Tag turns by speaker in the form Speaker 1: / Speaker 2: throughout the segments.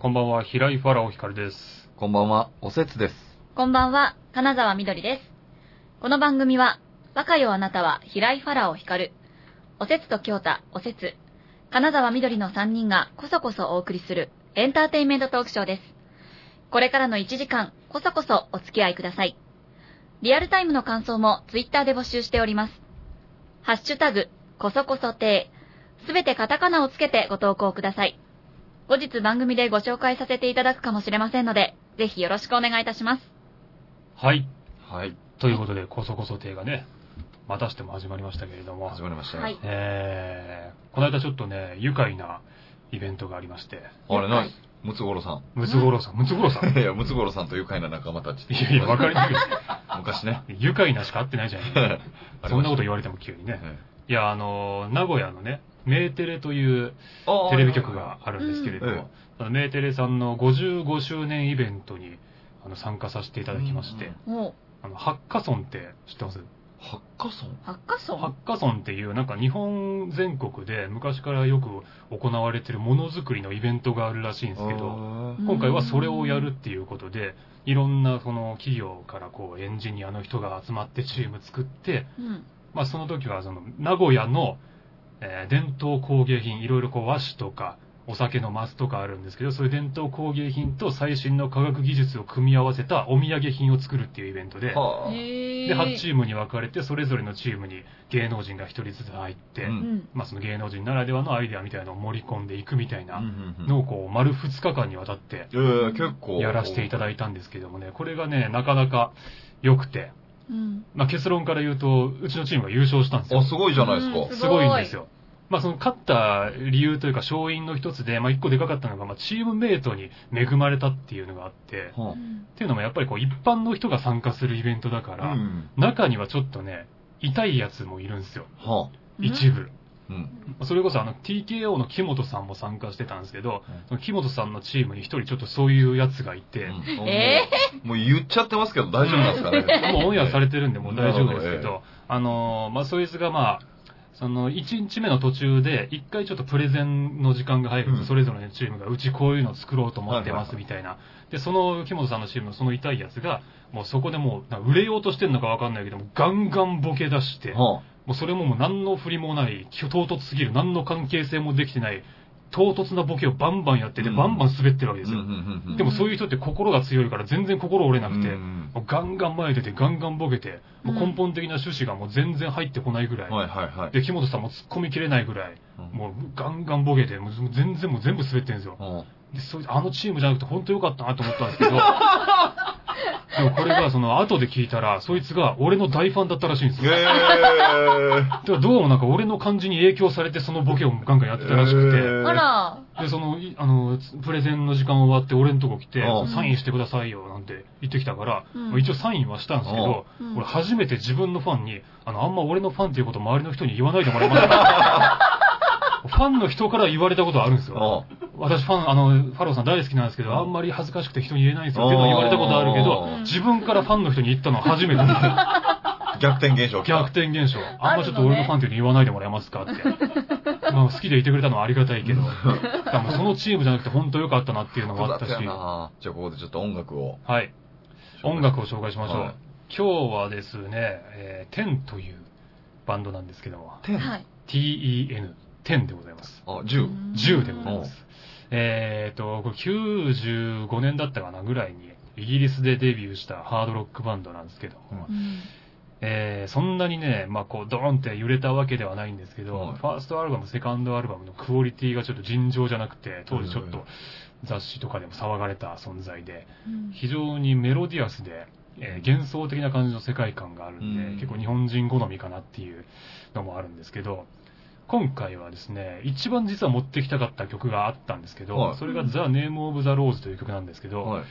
Speaker 1: こんばんは、平井ファラオヒカルです。
Speaker 2: こんばんは、おせつです。
Speaker 3: こんばんは、金沢みどりです。この番組は、若よあなたは平井ファラオ光る、おせつと京太、おせつ、金沢みどりの3人がこそこそお送りするエンターテインメントトークショーです。これからの1時間、こそこそお付き合いください。リアルタイムの感想もツイッターで募集しております。ハッシュタグ、こそこそ亭、すべてカタカナをつけてご投稿ください。後日番組でご紹介させていただくかもしれませんので、ぜひよろしくお願いいたします。
Speaker 1: はい。
Speaker 2: はい、
Speaker 1: ということで、こそこそ亭がね、またしても始まりましたけれども
Speaker 2: 始、まりましたよ。
Speaker 3: はい
Speaker 1: えー、この間ちょっとね、愉快なイベントがありまして、
Speaker 2: あれ、なにムツゴロウさ
Speaker 1: ムツゴロウさん、ムツゴロウ さん。い
Speaker 2: ん。いや、ムツゴロウさんと愉快な仲間たち。
Speaker 1: やいや、わかりにくい。
Speaker 2: 昔ね。
Speaker 1: 愉快なしか会ってないじ ゃないそんなこと言われても急に
Speaker 2: れ
Speaker 1: ね。いや、あの、名古屋のね、メーテレというテレビ局があるんですけれど
Speaker 2: うん
Speaker 1: も、そのメーテレさんの55周年イベントにあの参加させていただきまし
Speaker 2: う
Speaker 1: て
Speaker 2: ん、
Speaker 3: もう、
Speaker 1: あの、ハッカソンって知ってます
Speaker 2: ハッカソン
Speaker 3: ハッカソ
Speaker 1: ハ
Speaker 3: ン
Speaker 1: ッカソンっていう、なんか日本全国で昔からよく行われてるものづくりのイベントがあるらしいんですけど、
Speaker 2: あー
Speaker 3: うん
Speaker 1: 今回はそれをやるっていうことで、いろんなその企業からこうエンジニアの人が集まってチーム作って、
Speaker 3: うん。
Speaker 1: まあその時はその名古屋の、えー伝統工芸品、いろいろこう和紙とか、お酒のマスとかあるんですけど、そういう伝統工芸品と最新の科学技術を組み合わせたお土産品を作るっていうイベントで、
Speaker 2: はー
Speaker 3: へ
Speaker 1: で、8チームに分かれて、それぞれのチームに芸能人が1人ずつ入って、
Speaker 2: うん
Speaker 3: うん。
Speaker 1: まあ、その芸能人ならではのアイデアみたいなのを盛り込んでいくみたい
Speaker 2: うん
Speaker 1: な
Speaker 2: うん
Speaker 1: のをこう、丸2日間にわたって
Speaker 2: うん。えー、結構。
Speaker 1: やらせていただ
Speaker 2: い
Speaker 1: いたんですけどもね、これがね、なかなか良くて、
Speaker 3: うん。
Speaker 1: まあ、結論から言うと、うちのチームが優勝したんですよ
Speaker 2: あ、。すごいじゃないです
Speaker 3: うん
Speaker 2: か。
Speaker 1: すごいんですよ。まあ、その勝った理由というか、勝因の一つで、まあ、一個でかかったのが、まあ、チームメイトに恵まれたっていうのがあって、
Speaker 2: は
Speaker 1: っていうのもやっぱりこう、一般の人が参加するイベントだか
Speaker 2: あ
Speaker 1: ら、
Speaker 2: うん
Speaker 1: 中にはちょっとね、痛いやつもいるんですよ。
Speaker 2: は
Speaker 1: 一部。
Speaker 2: あうん。
Speaker 1: それこそあの TKO の木本さんも参加してたんですけど
Speaker 2: うん、
Speaker 1: その木本さんのチームに一人ちょっとそういうやつがいて、
Speaker 2: うん
Speaker 3: え
Speaker 2: もう言っちゃってますけど、大丈夫なんですか ね。
Speaker 1: もうオンエアされてるんでもう大丈夫ですけ
Speaker 2: なるほど
Speaker 1: ど、あのー、まあ、そいつがまあ、その1日目の途中で、1回ちょっとプレゼンの時間が入る
Speaker 2: うん
Speaker 1: と、それぞれのチームが、うちこういうの作ろうと思ってま
Speaker 2: はいはい
Speaker 1: す
Speaker 2: はい
Speaker 1: みたいな。で、その木本さんのチームのその痛いやつが、もうそこでもう、なんか売れようとしてるのかわかんないけども、ガンガンボケ出して、も
Speaker 2: は
Speaker 1: うそれももう何の振りもない、唐突すぎる、何の関係性もできてない、唐突なボケをバンバンやってて、
Speaker 2: うん
Speaker 1: バンバン滑ってるわ
Speaker 2: あ
Speaker 1: けですよ。
Speaker 2: ん
Speaker 1: でもそういう人って心が強いから全然心折れなくて、
Speaker 2: うん
Speaker 1: もうガンガン前出て、ガンガンボケて、もう
Speaker 3: うん
Speaker 1: 根本的な趣旨がもう全然入ってこないぐらい。
Speaker 2: はいはいはい。
Speaker 1: で、木本さんも突っ込みきれないぐらい、
Speaker 2: うん
Speaker 1: もうガンガンボケて、もう全然もう全部滑ってるんですよ。
Speaker 2: は
Speaker 1: で、そうあのチームじゃなくて本当良かったなと思ったんですけ ど、でもこれがその後で聞いたら、そいつが俺の大ファンだったらしいんです
Speaker 2: あ
Speaker 1: よ。
Speaker 2: えー。
Speaker 1: でどうもなんか俺の感じに影響されてそのボケをガンガンやってたらしくて、
Speaker 2: えー
Speaker 3: あら。
Speaker 1: で、その、いあの、つプレゼンの時間終わって、俺のとこ来て
Speaker 2: ああ、
Speaker 1: サインしてくださいよ、なんて言ってきたから、
Speaker 3: うん
Speaker 1: まあ一応サインはしたんですけど
Speaker 3: ああう、ん
Speaker 1: 俺初めて自分のファンに、あの、あんま俺のファンっていうこと周りの人に言わないでもらえます かファンの人から言われたことあるんですよ。
Speaker 2: あ
Speaker 1: 私ファン、あの、ファローさん大好きなんですけど、あんまり恥ずかしくて人に言えないんですよっていうのを言われたことあるけ
Speaker 2: あ
Speaker 1: ど
Speaker 3: あ、
Speaker 1: 自分からファンの人に言ったのは初めてですよ。
Speaker 2: 逆転現象。
Speaker 1: 逆転現象。あんまちょっと俺のファンっていうの言わないでもらえますかって。 まあ好きでいてくれたのはありがたいけど。でもそのチームじゃなくて本当良かったなっていうのもあったし。
Speaker 2: そうだよなじゃあここでちょっと音楽を。
Speaker 1: はい。音楽を紹介しましょう。
Speaker 2: はい
Speaker 1: 今日はですね、えー、10というバンドなんですけども、
Speaker 2: 10。
Speaker 3: はい。
Speaker 1: TEN、10でございます。
Speaker 2: あ、10。
Speaker 1: 10でございま
Speaker 2: う
Speaker 1: す。えーと、これ95年だったかなぐらいに、イギリスでデビューしたハードロックバンドなんですけども、
Speaker 3: うん
Speaker 1: えーそんなにね、まあ、こう、ドーンって揺れたわけではないんですけど、
Speaker 2: はい
Speaker 1: ファーストアルバム、セカンドアルバムのクオリティがちょっと尋常じゃなくて、当時ちょっ
Speaker 2: う
Speaker 1: と
Speaker 2: ん
Speaker 1: 雑誌とかでも騒がれた存在で、
Speaker 3: うん
Speaker 1: 非常にメロディアスで、えー幻想的な感じの世界観があるんで、
Speaker 2: うん
Speaker 1: 結構日本人好みかなっていうのもあるんですけど、今回はですね、一番実は持ってきたかった曲があったんですけど、
Speaker 2: はい
Speaker 1: それが The Name of the Rose という曲なんですけど、
Speaker 2: はい。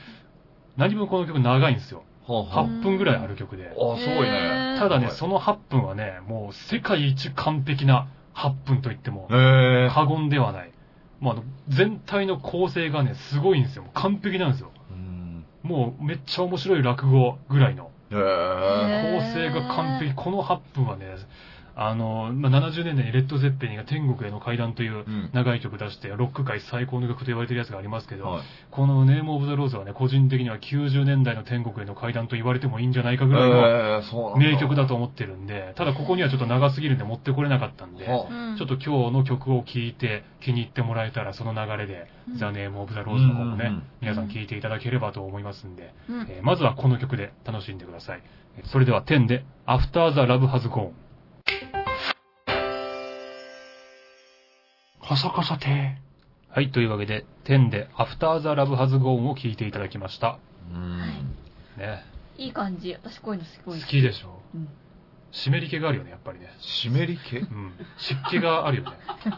Speaker 1: 何分この曲長いんですよ。
Speaker 2: はあ、はあ。
Speaker 1: 8分ぐらいある曲で。
Speaker 2: あ、すごいね。
Speaker 3: へー
Speaker 1: ただね、
Speaker 2: はい
Speaker 1: その8分はね、もう世界一完璧な8分と言っても
Speaker 2: え
Speaker 1: 過言ではない。もうあの全体の構成がね、すごいんですよ。もう完璧なんですよ。
Speaker 2: うん。
Speaker 1: もうめっちゃ面白い落語ぐらいの
Speaker 2: えー
Speaker 1: 構成が完璧。この8分はね、あの、まあ、70年代にレッド・ゼッペリンが天国への階段という
Speaker 2: うん。
Speaker 1: 長い曲出して、ロック界最高の曲と言われてるやつがありますけど、
Speaker 2: はい。
Speaker 1: このネーム・オブ・ザ・ローズはね、個人的には90年代の天国への階段と言われてもいいんじゃないかぐらいの
Speaker 2: えー、そうなんだ。
Speaker 1: 名曲だと思ってるんで、ただここにはちょっと長すぎるんで持ってこれなかったんで、
Speaker 2: は
Speaker 3: うん
Speaker 1: ちょっと今日の曲を聴いて気に入ってもらえたらその流れで、
Speaker 3: うん
Speaker 1: ザ・ネーム・オブ・ザ・ローズの方も
Speaker 2: うんうんう
Speaker 1: ね
Speaker 2: ん、
Speaker 1: 皆さん聴いていただければと思いますんで、
Speaker 3: うん
Speaker 1: えーまずはこの曲で楽しんでください。えーそれでは10で、After the Love Has Gone。カサカサてはい、というわけで、10で After the Love Has Gone を聴いていただきました。
Speaker 2: うん。
Speaker 1: ね。
Speaker 3: いい感じ。私こういうのすご
Speaker 1: 好
Speaker 3: い
Speaker 1: きでしょ
Speaker 3: うん
Speaker 1: 湿り気があるよね、やっぱりね。
Speaker 2: 湿り 気
Speaker 1: うん。湿気があるよね。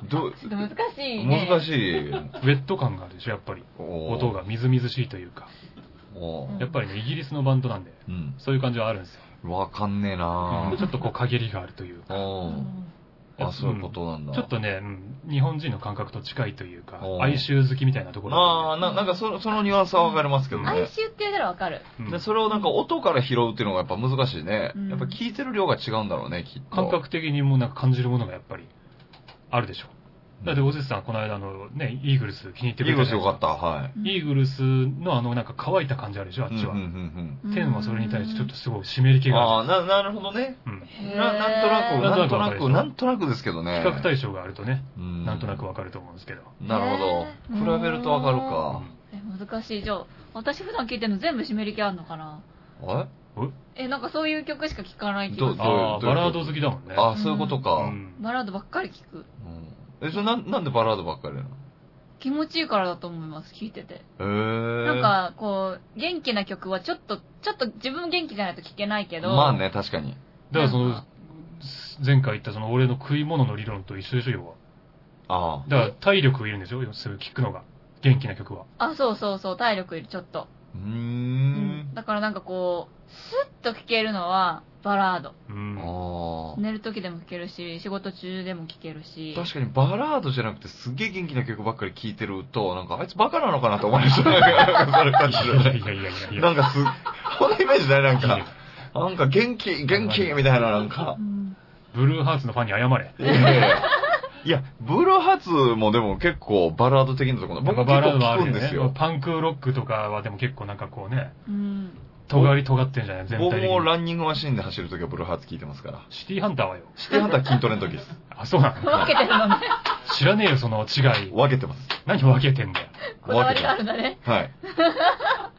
Speaker 2: どう、
Speaker 3: ちょっと難しいね。
Speaker 2: 難
Speaker 3: い。
Speaker 2: しい。
Speaker 1: ウェット感があるでしょ、やっぱり。音
Speaker 2: 音。
Speaker 1: がみずみずしいというか。
Speaker 2: お
Speaker 3: うん
Speaker 2: ー
Speaker 1: やっぱりね、イギリスのバンドなんで、
Speaker 2: うん。
Speaker 1: そういう感じはあるんですよ。
Speaker 2: わかんねえ
Speaker 1: う
Speaker 2: なん
Speaker 1: ちょっとこう、陰りがあるという
Speaker 2: ぁ。
Speaker 1: か。
Speaker 2: おーあ、そういうことなんだ。
Speaker 1: ちょっとね、うん日本人の感覚と近いというか
Speaker 2: お、う
Speaker 1: 哀愁好きみたいなところ
Speaker 2: あ
Speaker 1: が
Speaker 2: あ、ななんかそのそのニュアンスはわかりますけど
Speaker 3: 哀
Speaker 2: ね。
Speaker 3: 愁って言うたらわかる。
Speaker 1: ある、うん
Speaker 2: でそれをなんか音から拾うっていうのがやっぱ難しいね
Speaker 3: うん。
Speaker 2: やっぱ聞いてる量が違うんだろうね、きっと。
Speaker 1: 感覚的にもうなんか感じるものがやっぱりあるでしょ。だって、おせつさん、この間あの、ね、イーグルス気に入ってく
Speaker 2: イ
Speaker 1: れた
Speaker 2: ーグ
Speaker 1: じ
Speaker 2: ス
Speaker 1: ゃな
Speaker 2: よ
Speaker 1: い
Speaker 2: か
Speaker 1: です
Speaker 2: った、はい。
Speaker 1: イーグルスのあの、なんか乾いた感じあるでしょ、あっちは。
Speaker 2: うんうん
Speaker 1: 天はそれに対してちょっとすごい湿り
Speaker 2: う
Speaker 1: 気
Speaker 2: ん、
Speaker 1: があ
Speaker 2: ああ、な、なるほどね。
Speaker 1: る。うん。比
Speaker 3: へー
Speaker 2: ななんとなく、なんとなく、なんとなくですけどね。
Speaker 1: 較対象があるとね、
Speaker 2: うん
Speaker 1: なんとなくわかると思うんですけど。
Speaker 2: なる
Speaker 3: へ
Speaker 2: ほ
Speaker 3: ー
Speaker 2: ど。比べるとわかる
Speaker 1: う
Speaker 2: か。
Speaker 1: ん
Speaker 3: え難しい。じゃあ、私普段聴いてるの全部湿り気あんのかな
Speaker 2: あ
Speaker 3: え、なんかそういう曲しか聴かない気
Speaker 2: どう
Speaker 3: がす
Speaker 2: ど
Speaker 3: る。
Speaker 1: ああ、
Speaker 2: ど
Speaker 1: バラード好きだもんね。
Speaker 2: あ、そういうこと
Speaker 1: う
Speaker 2: か。
Speaker 1: ん
Speaker 3: バラードばっかり聴く。
Speaker 2: うんえ、それなん、なんでバラードばっかりなの
Speaker 3: 気持ちいいからだと思います、聴いてて。
Speaker 2: えー。
Speaker 3: なんか、こう、元気な曲はちょっと、ちょっと自分元気じゃないと聴けないけど。
Speaker 2: まあね、確かに。
Speaker 1: だからそ
Speaker 3: なん
Speaker 1: の
Speaker 3: か、
Speaker 1: 前回言ったその俺の食い物の理論と一緒でしょ、要は。
Speaker 2: あ
Speaker 1: だから体力いるんでしょ要するに聞くのが。元気な曲は。
Speaker 3: あ、そうそうそう、体力いる、ちょっと。
Speaker 2: あ。うー。
Speaker 3: うんだからなんかこう、スッと聴けるのは、バラード。
Speaker 1: うん。
Speaker 2: ああ。
Speaker 3: 寝る時でも聴けるし、仕事中でも聴けるし。
Speaker 2: 確かにバラードじゃなくてすっげえ元気な曲ばっかり聴いてると、なんかあいつバカなのかなって思い ました。なんかそれ感
Speaker 1: い
Speaker 2: じ
Speaker 1: や
Speaker 2: る。
Speaker 1: いやいやいやいや。
Speaker 2: なんかす、こんなイメージないなん
Speaker 1: いいね
Speaker 2: か、なんか元気、元気みたいななんか
Speaker 3: う。ん
Speaker 1: ブルーハーツのファンに謝れ。
Speaker 2: いやいや、ブルーハーツもでも結構バラード的なところ、僕
Speaker 1: やっぱバ
Speaker 2: 結
Speaker 1: ラー
Speaker 2: 構
Speaker 1: ドはあ
Speaker 2: 聞
Speaker 1: る
Speaker 2: くんです
Speaker 1: よね
Speaker 2: よ。。
Speaker 1: パンクロックとかはでも結構なんかこうね、
Speaker 3: うん。
Speaker 1: 尖り尖ってんじゃない全
Speaker 2: 僕
Speaker 1: 体的
Speaker 2: も
Speaker 1: に。
Speaker 2: ランニングマシンで走るときはブルーハーツ聞いてますから。
Speaker 1: シティハンターはよ。
Speaker 2: シティハンター筋トレの時です。
Speaker 1: あ、そうなの
Speaker 3: 分けてるのね。
Speaker 1: 知らねえよ、その違 い。
Speaker 2: 分けてます。
Speaker 1: 何分けてんだよ。
Speaker 3: こだわりがあるんだね。
Speaker 2: はい。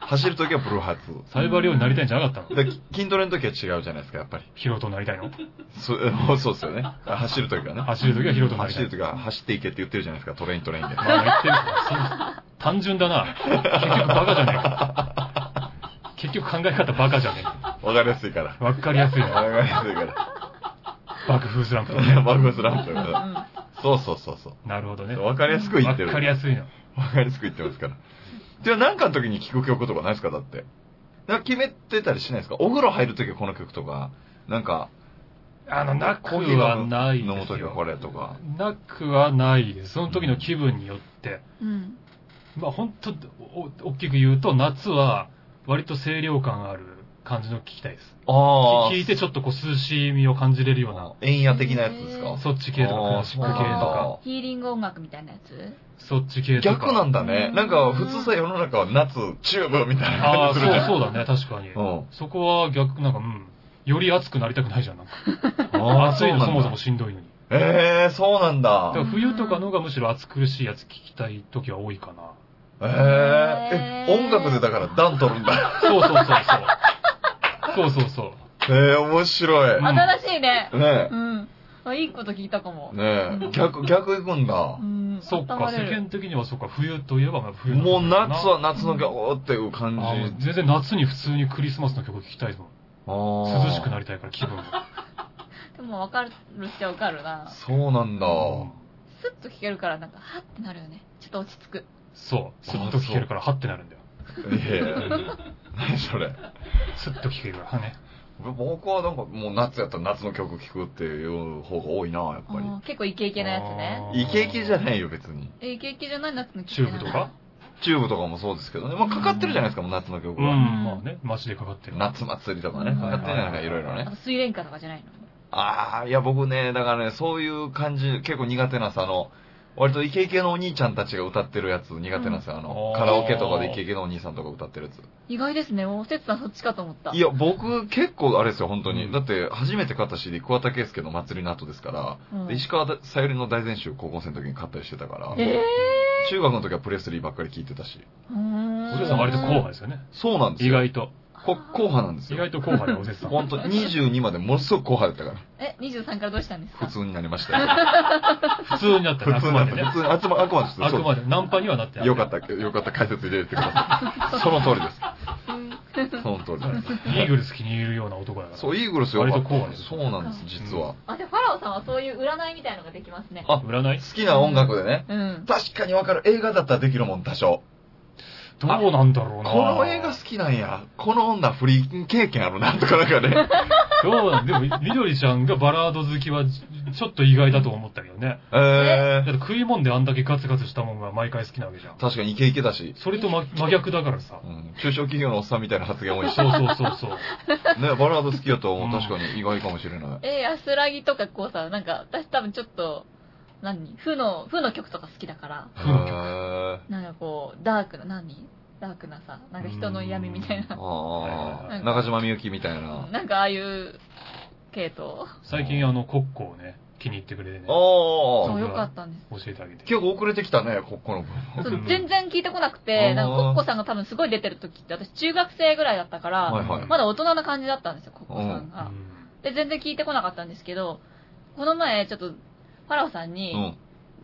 Speaker 2: 走るときはブルーハーツ。
Speaker 1: サイバーリオになりたいんじゃなかったの
Speaker 2: で筋トレの時は違うじゃないですか、やっぱり。
Speaker 1: ヒロトになりたいの
Speaker 2: そそう ですよね。走る時はね。
Speaker 1: 走る時はヒロトになり
Speaker 2: 走
Speaker 1: たい
Speaker 2: る。時は走っていけって言ってるじゃないですか、トレイントレイ ンで。
Speaker 1: まあ言ってるからそう単純だな。結局バカじゃねえか。結局考え方バカじゃねえか。
Speaker 2: わかりやすいから。
Speaker 1: わかりやすい
Speaker 2: わか
Speaker 1: な。
Speaker 2: りやすいから。
Speaker 1: 爆風スランプとね。
Speaker 2: マグスランプ
Speaker 3: う。ん。
Speaker 2: そうそうそうそ
Speaker 1: なるほどね。
Speaker 2: う。
Speaker 1: わ
Speaker 2: わかりやすく言ってる。
Speaker 1: かりやすいの。
Speaker 2: わかりやすく言ってますから。じゃあ何かの時に聴く曲とかないですかだって。なんか決めてたりしないですかお風呂入る時はこの曲とか、なんか、
Speaker 1: あの、なく
Speaker 2: コーヒー
Speaker 1: は
Speaker 2: 飲む
Speaker 1: ない
Speaker 2: 飲む
Speaker 1: です
Speaker 2: 時はこ
Speaker 1: よ。
Speaker 2: れとか。
Speaker 1: なくはないです。その時の気分によって。
Speaker 3: うん。
Speaker 1: まあ本当お大きく言うと、夏は割と清涼感ある感じの聞きたいです。
Speaker 2: あ
Speaker 1: 聞いてちょっとこう涼しみを感じれるような、
Speaker 2: 円野的なやつです
Speaker 3: へ
Speaker 2: か
Speaker 1: そっち系とかクラシック系とか、
Speaker 3: ヒーリング音楽みたいなやつ
Speaker 1: そっち系とか。
Speaker 2: 逆なんだね。なんか普通さ世の中は夏、チューブみたいな
Speaker 1: あ
Speaker 2: 感
Speaker 1: あ、
Speaker 2: じ
Speaker 1: そう
Speaker 2: するじゃん。
Speaker 1: そうだね、確かに。
Speaker 2: うん
Speaker 1: そこは逆、なんか、うん。より暑くなりたくないじゃん、なんか。
Speaker 2: あー
Speaker 1: 暑いの
Speaker 2: うなんだ
Speaker 1: そもそもしんどいのに。
Speaker 2: ええー、そうなん
Speaker 1: だ
Speaker 2: だ
Speaker 1: か。ら冬とかの方がむしろ暑苦しいやつ聞きたい時は多いかな。
Speaker 2: え
Speaker 3: へ
Speaker 2: え
Speaker 3: ー
Speaker 2: え、音楽でだから段取るんだ。
Speaker 1: そうそうそうそう。そうそう そう。
Speaker 2: ええー、面白い。ね
Speaker 3: 新しいね。
Speaker 2: え
Speaker 3: う。ん。あ、いいこと聞いたかも。
Speaker 2: ね
Speaker 3: う
Speaker 2: え
Speaker 3: ん。
Speaker 2: 逆、逆行くんだ
Speaker 3: う。ん。
Speaker 1: そっか、
Speaker 3: 温まれ
Speaker 1: 世
Speaker 3: る
Speaker 1: 間的にはそっか、冬といえばまあ冬の
Speaker 2: もう
Speaker 1: 曲だな
Speaker 2: 夏は夏の曲っていう感
Speaker 1: あもう
Speaker 2: じ。
Speaker 1: 全然夏に普通にクリスマスの曲聞きたいもん。涼しくな
Speaker 2: る。
Speaker 1: りたいから気分 が。
Speaker 3: でもわかるっちゃわかるな。
Speaker 2: そうなんだ。
Speaker 1: うん
Speaker 3: スッと聞けるからなんか、はってなるよね。ちょっと落ち着く。
Speaker 1: そう。スッと聞けるから、はってなるんだよ。
Speaker 2: いやいや何それ。
Speaker 1: スッと聞けるからね。
Speaker 2: 僕はなんかもう夏やったら夏の曲聴くっていう方が多いな、やっぱ
Speaker 3: あー結構イケイケなやつね。
Speaker 1: あー
Speaker 2: り。イケイケじゃないよ、別に。
Speaker 3: え、イケイケじゃない夏の聞いて
Speaker 1: チュ
Speaker 3: ない
Speaker 1: ーブとか
Speaker 2: チューブとかもそうですけどね。まあかかってるじゃないですか、もう夏の曲
Speaker 1: うん、
Speaker 2: は。
Speaker 1: まあね、街でかかってる。
Speaker 2: 夏祭りとかね、かかってるじゃないですか、いろいろ
Speaker 3: あ
Speaker 2: ね。
Speaker 3: と水蓮花とかじゃないの
Speaker 2: ああ、いや僕ね、だからね、そういう感じ、結構苦手なんです。あの、割とイケイケのお兄ちゃんたちが歌ってるやつ苦手なんですよ。あの
Speaker 1: う、ん
Speaker 2: カラオケとかでイケイケのお兄さんとか歌ってるやつ。
Speaker 3: 意外ですね。もう、おせつさんそっちかと思った。
Speaker 2: いや、僕結構あれですよ、本当に。
Speaker 1: うん
Speaker 2: だって、初めて買った CD、桑田佳祐の祭りの後ですから、
Speaker 3: うん
Speaker 2: で石川さゆりの大全集高校生の時に買ったりしてたから、
Speaker 3: え
Speaker 2: 中学の時はプレスリーばっかり聞いてたし。
Speaker 3: ぇー。
Speaker 1: おせつさん割と後輩ですよね。
Speaker 2: そうなんです
Speaker 1: 意
Speaker 2: よ。
Speaker 1: 外と。
Speaker 2: こ後半なんです
Speaker 1: 意
Speaker 2: よ
Speaker 1: 外。と後輩でおせつさん。
Speaker 2: 本当22までものすごく後輩だったから。
Speaker 3: え、23からどうしたんですか
Speaker 2: 普通になりましたよ。
Speaker 1: 普通になった
Speaker 2: 普
Speaker 1: らあく
Speaker 2: 通にな
Speaker 1: ま
Speaker 2: っ
Speaker 1: でね
Speaker 2: た。。普通に、あくまあくまで普通
Speaker 1: あ
Speaker 2: そ
Speaker 1: く
Speaker 2: う
Speaker 1: まで、ナンパにはなってない。
Speaker 2: よかった、よかった、解説入れてください。その通りです。その通りです。
Speaker 1: イーグルス気に入るような男だから。
Speaker 2: そう、イーグルスよかっ
Speaker 1: 割とこうなん
Speaker 2: た。
Speaker 1: です
Speaker 2: そうなんです、実は。
Speaker 3: あ、じゃあ、ファラオさんはそういう占いみたいのができますね。
Speaker 2: あ
Speaker 1: 占い
Speaker 2: 好きな音楽でね。
Speaker 3: うん。
Speaker 2: 確かにわかる。映画だったらできるもん、多少。
Speaker 1: どうなんだろう
Speaker 2: こ
Speaker 1: な
Speaker 2: の映画好きなんや。この女、不倫経験あるな、とかなん かね。
Speaker 1: どうなんでも、みどりちゃんがバラード好きは、ちちょっと意外だと思ったけどね。だ
Speaker 2: え
Speaker 1: って食い物であんだけガツガツしたもんが毎回好きなわけじゃん
Speaker 2: ー。確かにイケイケだし。
Speaker 1: それと真真逆だからさ
Speaker 2: う。ん中小企業のおっさんみたいな発 言多いし。
Speaker 1: そ
Speaker 2: ね、
Speaker 1: うそうそうそう。
Speaker 2: バラード好きやと思う。
Speaker 1: うん
Speaker 2: 確かに意外かもしれない。
Speaker 3: え、安らぎとかこうさ、なんか、私多分ちょっと、何負の、負の曲とか好きだから、
Speaker 2: へ
Speaker 1: 風の曲
Speaker 2: ー
Speaker 3: なんかこう、ダークな、何ダークなさ、なんか人の闇みたいな。
Speaker 2: あ
Speaker 3: は
Speaker 2: あ
Speaker 3: い、
Speaker 2: 中島みゆきみたいな。
Speaker 3: なんかああいう系統。
Speaker 1: 最近あの、コッコをね、気に入ってくれてね、教
Speaker 2: あ
Speaker 3: そ
Speaker 2: あ
Speaker 3: う、。よかったんです。
Speaker 1: えてあげて。
Speaker 2: 結構遅れてきたね、ここの部分。
Speaker 3: そううん全然聞いてこな
Speaker 2: あ
Speaker 3: く
Speaker 2: ー
Speaker 3: て、なんかコッコさんが多分すごい出てる時って、私中学生ぐらいだったから、
Speaker 2: はいはい。
Speaker 3: まだ大人な感じだったんですよ、コッコさん
Speaker 1: う
Speaker 3: が。
Speaker 1: ん
Speaker 3: で、全然聞いてこなかったんですけど、この前、ちょっと、ファラオさん
Speaker 2: う
Speaker 3: に、
Speaker 2: ん。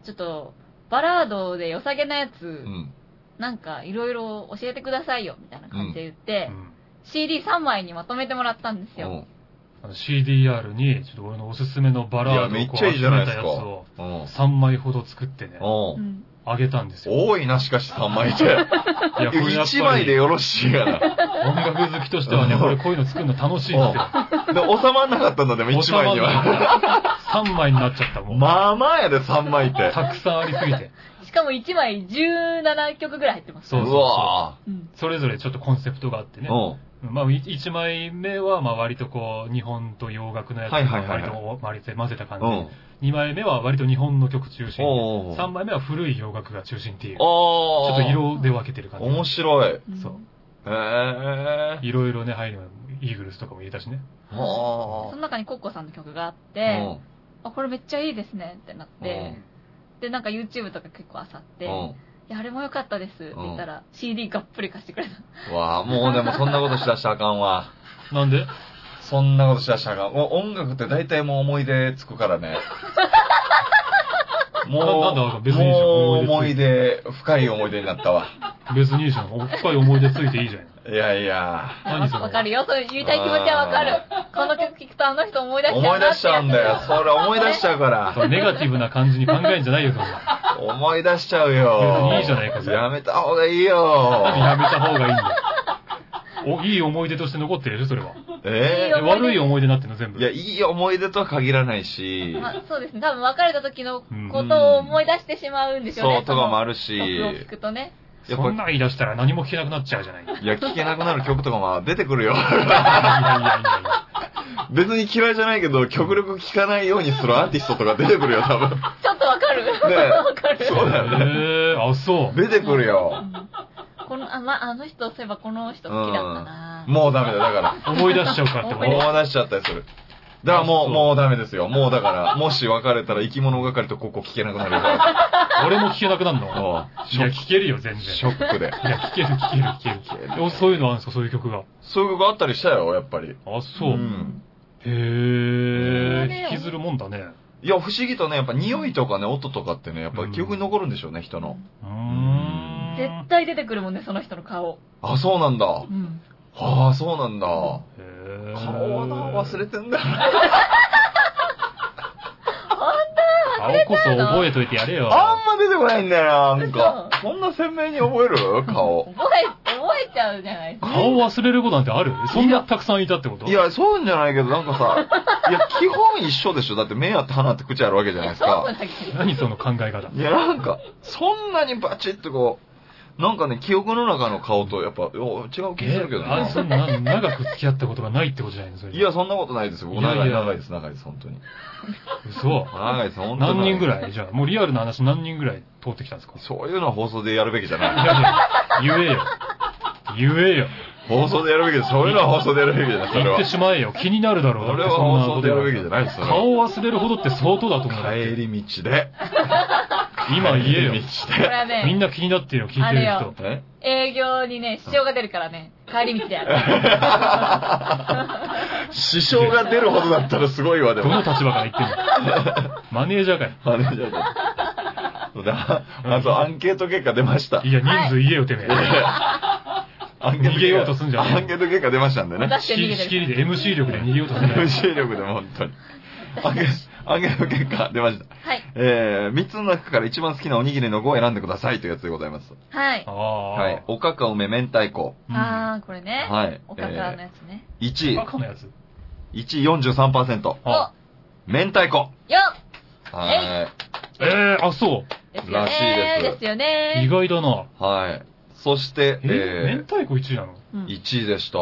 Speaker 3: ちょっと、バラードで良さげなやつ、
Speaker 2: うん。
Speaker 3: なんか、いろいろ教えてくださいよ、みたいな感じで言っ
Speaker 1: う
Speaker 3: て、
Speaker 1: ん
Speaker 3: CD3 枚にまとめてもらったんです
Speaker 2: う
Speaker 3: よ。
Speaker 2: ん。
Speaker 1: あの CDR に、ちょっと俺のおすすめのバラード
Speaker 2: いやめ
Speaker 1: を
Speaker 2: っ
Speaker 1: こう
Speaker 2: ちゃいいじゃないですか
Speaker 1: 集めたやつを
Speaker 2: うん。
Speaker 1: 3枚ほど作ってね、
Speaker 2: う。
Speaker 3: うんん。
Speaker 1: あげたんですよ。
Speaker 2: 多いな、しかし3枚で。
Speaker 1: いや、これやっ
Speaker 2: 1
Speaker 1: ぱ
Speaker 2: 枚で
Speaker 1: り、
Speaker 2: よろしいやな。
Speaker 1: 音楽好きとしてはね、これこういうの作るの楽しいって。
Speaker 2: で収まんなかったんだ、でも1 枚には。
Speaker 1: 3枚になっちゃったもん。
Speaker 2: まあまあやで、3枚って。
Speaker 1: たくさんありすぎて。
Speaker 3: しかも1枚17曲ぐらい入ってます。
Speaker 1: そうそう
Speaker 2: う
Speaker 1: そう
Speaker 2: わ
Speaker 3: うん。
Speaker 1: それぞれちょっとコンセプトがあってね
Speaker 2: ぁ。。う
Speaker 1: まあ、1枚目は、まあ、割とこう、日本と洋楽のやつを
Speaker 2: はいはいはい
Speaker 1: 割
Speaker 2: はい
Speaker 1: と混ぜて混ぜた感
Speaker 2: ん。うん。
Speaker 1: じ。2枚目は割と日本の曲中心。
Speaker 2: お
Speaker 1: 3枚目は古い洋楽が中心っていう。
Speaker 2: あ
Speaker 1: ちょっと
Speaker 2: あ。
Speaker 1: 色で分けてる感じ。
Speaker 2: 面白い。へ
Speaker 1: そう
Speaker 2: え。あ
Speaker 1: いろいろね、入るのイーグルスとかも入れたしね。
Speaker 3: そ
Speaker 2: あ
Speaker 3: の。中にコッコさんの曲があっ
Speaker 2: う
Speaker 3: て、
Speaker 2: ん
Speaker 3: あ、これめっちゃいいですねってなって、で、なんか YouTube とか結構あさって、
Speaker 2: う
Speaker 3: い
Speaker 2: ん。
Speaker 3: や、あれも良かったですって言ったら、CD がっぷり貸して くれた。
Speaker 2: わあもうでもそんなことしだしたらあかんわ。
Speaker 1: なんで
Speaker 2: そんなことしだしたらあかん。もう音楽って大体もう思い出つくから ね。もう
Speaker 1: な、なんだ別にいいじゃん
Speaker 2: もう思
Speaker 1: 思
Speaker 2: い
Speaker 1: い
Speaker 2: 出、深い思い出になったわ。
Speaker 1: 別にいいじゃん。おっぱい思い出ついていいじゃん。
Speaker 2: いやいや。
Speaker 1: 何それ
Speaker 3: わかるよ、そういう言いたい気持ちはわかる。この曲聴くとあの人思い出しちゃうな
Speaker 2: 思い出しちゃうんだよ
Speaker 3: っ。てや
Speaker 2: それ思い出しちゃうか
Speaker 1: そ の
Speaker 2: ら。
Speaker 1: ネガティブな感じに考えんじゃないよ、そんな。
Speaker 2: 思い出しちゃう
Speaker 1: 別
Speaker 2: よ。
Speaker 1: にいいじゃないかそれ
Speaker 2: やめた方がいいよ。
Speaker 1: やめた方がいいんだよ。お、いい思い出として残ってるでしょ、それは。
Speaker 2: え
Speaker 3: いい
Speaker 1: え
Speaker 3: 思い出
Speaker 1: 悪い思い出になってんの、全
Speaker 2: え
Speaker 1: 部。
Speaker 2: いや、いい思い出とは限らないし
Speaker 3: つ、まあそうですね、多分別れた時のことを思い出してしまうんでしょうね。
Speaker 2: そうとかもある
Speaker 3: そ
Speaker 2: し、
Speaker 3: の曲を聴くとね。
Speaker 2: やっ
Speaker 1: そ
Speaker 2: ぱ
Speaker 1: んなん言い出したら何も聞けなくなっちゃうじゃない。いやい
Speaker 2: いや、聴けなくなる曲とかも出てくるよ。
Speaker 1: やいやいや。
Speaker 2: 別に嫌いじゃないけど、極力聴かないようにするアーティストとか出てくるよ、多分。
Speaker 3: ちょっとわかる。
Speaker 2: ね
Speaker 3: わかる。
Speaker 2: そうだよね。
Speaker 1: えー、あ、そう。
Speaker 2: 出てくる
Speaker 3: う
Speaker 2: よ。
Speaker 3: んこのあ、まあの人、そういえばこの人好きだったなぁ。
Speaker 2: もうダメだ、だから。
Speaker 1: 思い出しちゃうかって
Speaker 3: 思い出
Speaker 1: 思
Speaker 2: も
Speaker 1: う。
Speaker 2: う出しちゃったりする。だからも
Speaker 1: あ
Speaker 2: う、
Speaker 1: そう
Speaker 2: もうダメですよ。もうだから、もし別れたら生き物係とここ聞けなくなるよ
Speaker 1: 俺も聞けなくなるの
Speaker 2: もう、
Speaker 1: い
Speaker 2: シ
Speaker 1: や、
Speaker 2: ョ
Speaker 1: 聞けるよ、全然。
Speaker 2: ショックで。
Speaker 1: いや、聞ける、聞ける、聞ける、聞ける。おそういうのあるんですか、そういう曲が。
Speaker 2: そういう曲あったりしたよ、やっぱり。
Speaker 1: あ、そう。
Speaker 2: ん。
Speaker 1: へえ
Speaker 3: ね。
Speaker 1: 引きずるもんだね。
Speaker 2: いや、不思議とね、やっぱ匂いとかね、音とかってね、やっぱ記憶に残るんでしょうね、人の。
Speaker 1: うーん。
Speaker 3: 絶対出てくるもんね、その人の顔。
Speaker 2: あ、そうなんだ
Speaker 3: う。ん。
Speaker 2: ああ、そうなんだ。
Speaker 1: へー
Speaker 2: 顔はな、忘れてんだよな。
Speaker 1: 顔こそ覚えといてやれよ。
Speaker 2: あんま出てこないんだよな、なんか。そんな鮮明に覚える顔。
Speaker 3: 覚え、覚えちゃうじゃないですか。
Speaker 1: 顔忘れることなんてあるそんなたくさんいたってこと
Speaker 2: い、や、そうじゃないけど、なんかさ、いや、基本一緒でしょ。だって目あって鼻あって口ある わけじゃないです
Speaker 3: そう
Speaker 2: か。
Speaker 3: だけど。
Speaker 1: 何その考え方。
Speaker 2: いや、なんか、そんなにバチッとこう、なんかね、記憶の中の顔とやっぱ、いや違う気がするけど
Speaker 1: えあそ
Speaker 2: な。
Speaker 1: んな長く付き合ったことがないってことじゃないのそれ。
Speaker 2: いや、、そんなことないですよ。僕
Speaker 1: いやいや
Speaker 2: 長い、長いです、長いです、本当に。
Speaker 1: 嘘。
Speaker 2: 長いです、本当に。
Speaker 1: 何人ぐ
Speaker 2: い
Speaker 1: らいじゃあ、もうリアルな話何人ぐらい通ってきたんですか
Speaker 2: そういうのは放送でやるべきじゃ
Speaker 1: い
Speaker 2: ない。
Speaker 1: やいや言えよ。言えよ。
Speaker 2: 放送でやるべきです。そういうのは放送でやるべきじゃない、それ
Speaker 1: 言っ
Speaker 2: は
Speaker 1: て。しまえよ。気になるだろう。だっ
Speaker 2: そ
Speaker 1: て
Speaker 2: れは
Speaker 1: そんな
Speaker 2: 放
Speaker 1: こ
Speaker 2: 送
Speaker 1: と
Speaker 2: で
Speaker 1: や
Speaker 2: や
Speaker 1: るべ
Speaker 2: る
Speaker 1: き
Speaker 2: べき
Speaker 1: じ
Speaker 2: じ
Speaker 1: ゃ
Speaker 2: ゃ
Speaker 1: ない。
Speaker 2: ないです、それは
Speaker 1: 顔を忘れるほどって相当だと思う。
Speaker 2: 帰り道で。
Speaker 1: 今言えよ
Speaker 2: 帰り。
Speaker 3: これ
Speaker 2: 道
Speaker 3: は
Speaker 1: みん
Speaker 3: ね、
Speaker 1: な気になってるよ、聞いてる
Speaker 3: あれ
Speaker 1: 人
Speaker 3: よ。
Speaker 2: で。え
Speaker 3: 営業にね、支障が出るからね、帰り道でやる。
Speaker 2: 支障が出るほどだったらすごいわ、で
Speaker 1: ど
Speaker 2: も。
Speaker 1: の立場から言ってんのマネージャーかよ。
Speaker 2: マネージャーだ。そうだ。あと、アンケート結果出ました。
Speaker 1: いや、人数言えよ、てめえ。
Speaker 2: アンケート結果
Speaker 1: 逃げようとすんじゃねえ
Speaker 2: アンケート結果出ましたんでね。
Speaker 3: 出
Speaker 1: 仕
Speaker 3: して
Speaker 1: 切
Speaker 3: 逃げ
Speaker 1: り
Speaker 3: て
Speaker 1: 仕
Speaker 3: る
Speaker 1: 切りで MC 力で逃げようとするんじゃ ない
Speaker 2: MC 力でも本当に。アンケアンケート結果出ました。
Speaker 3: はい。
Speaker 2: えー、3つの中から一番好きなおにぎりの具を選んでくださいというやつでございます。
Speaker 3: はい。
Speaker 1: あ
Speaker 2: はい。おかか梅明太子。
Speaker 1: あ。
Speaker 3: あー、これね。
Speaker 2: はい。
Speaker 3: おかかのやつね。
Speaker 2: えー
Speaker 1: う
Speaker 2: 1
Speaker 1: ん。
Speaker 2: 位
Speaker 1: バ、カのやつ。
Speaker 2: 1位43%。
Speaker 1: あ
Speaker 2: 明太子。
Speaker 3: お、よ
Speaker 2: は
Speaker 1: ええ、あ、そ
Speaker 3: ですよ
Speaker 2: らし
Speaker 3: ね
Speaker 2: いです
Speaker 3: ですよ
Speaker 1: う。意
Speaker 3: ね
Speaker 1: 外だな。
Speaker 2: い。はい。そして、
Speaker 1: え、明
Speaker 2: え
Speaker 1: 太子1位なの
Speaker 3: うん
Speaker 2: ー、1位でした。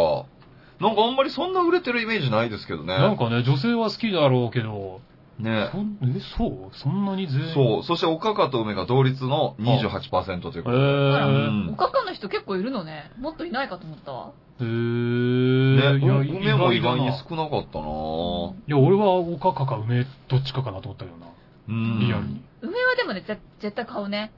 Speaker 2: なんかあんまりそんな売れてるイメージないですけどね。
Speaker 1: なんかね、女性は好きだろうけど、
Speaker 2: ね
Speaker 1: そんえ、そうそんなに全員。
Speaker 2: そう。そして、おかかと梅が同率の28%という
Speaker 1: え
Speaker 2: ことで。
Speaker 1: ー。
Speaker 2: うん
Speaker 3: おかかの人結構いるのね。もっといないかと思ったわ。
Speaker 1: え
Speaker 2: ね、
Speaker 1: ー。いや
Speaker 2: う梅も意外に
Speaker 1: だない
Speaker 2: 少なかったなぁ。
Speaker 1: や、俺はおかかか梅どっちかかなと思ったけどな。
Speaker 2: うん
Speaker 1: リアルに。
Speaker 3: 梅はでもね、ぜ絶対買うね。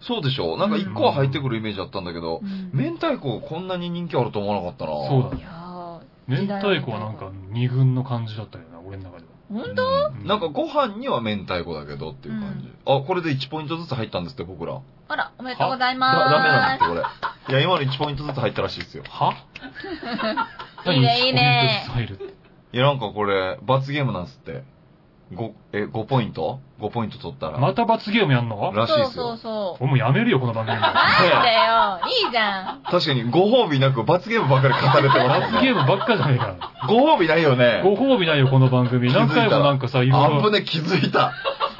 Speaker 2: そうでしょなんか一個は入ってくるイメージだったんだけど、
Speaker 3: うん
Speaker 2: 明太子こんなに人気あると思わなかったなぁ。
Speaker 1: そうだ
Speaker 3: いやー、
Speaker 1: 明太子はなんか二軍の感じだったよな、俺の中では。
Speaker 3: ほんと
Speaker 2: 当
Speaker 1: うん
Speaker 2: なんかご飯には明太子だけどっていう感じ。あ、これで1ポイントずつ入ったんですって、僕ら。
Speaker 3: あら、おめでとうござい
Speaker 2: だ
Speaker 3: ま
Speaker 2: ダメなん
Speaker 3: ーす。
Speaker 2: ですって、これ。いや、今の1ポイントずつ入ったらしいですよ。
Speaker 1: はい
Speaker 3: いねいいね
Speaker 1: 何一コメントずつ入るって
Speaker 2: いや、なんかこれ、罰ゲームなんですって。5、え、5ポイント ?5 ポイント取ったら。
Speaker 1: また罰ゲームやんの
Speaker 2: らしい
Speaker 3: そ
Speaker 2: で
Speaker 3: う
Speaker 2: す
Speaker 3: そう
Speaker 2: よ。
Speaker 3: そう。
Speaker 1: 俺もうやめるよ、この番組。
Speaker 3: なんだよ。いいじゃん。
Speaker 2: 確かにご褒美なく罰ゲームばっかり書かれてますもん
Speaker 1: 罰ゲ ー
Speaker 2: ね。
Speaker 1: ムばっかじゃねえか。
Speaker 2: ご褒美ないよね。
Speaker 1: ご褒美ないよ、この番組。
Speaker 2: 気づい
Speaker 1: 何
Speaker 2: た
Speaker 1: 回もなんかさ、いろい
Speaker 2: あぶ
Speaker 1: ろ、
Speaker 2: ね、気づいた。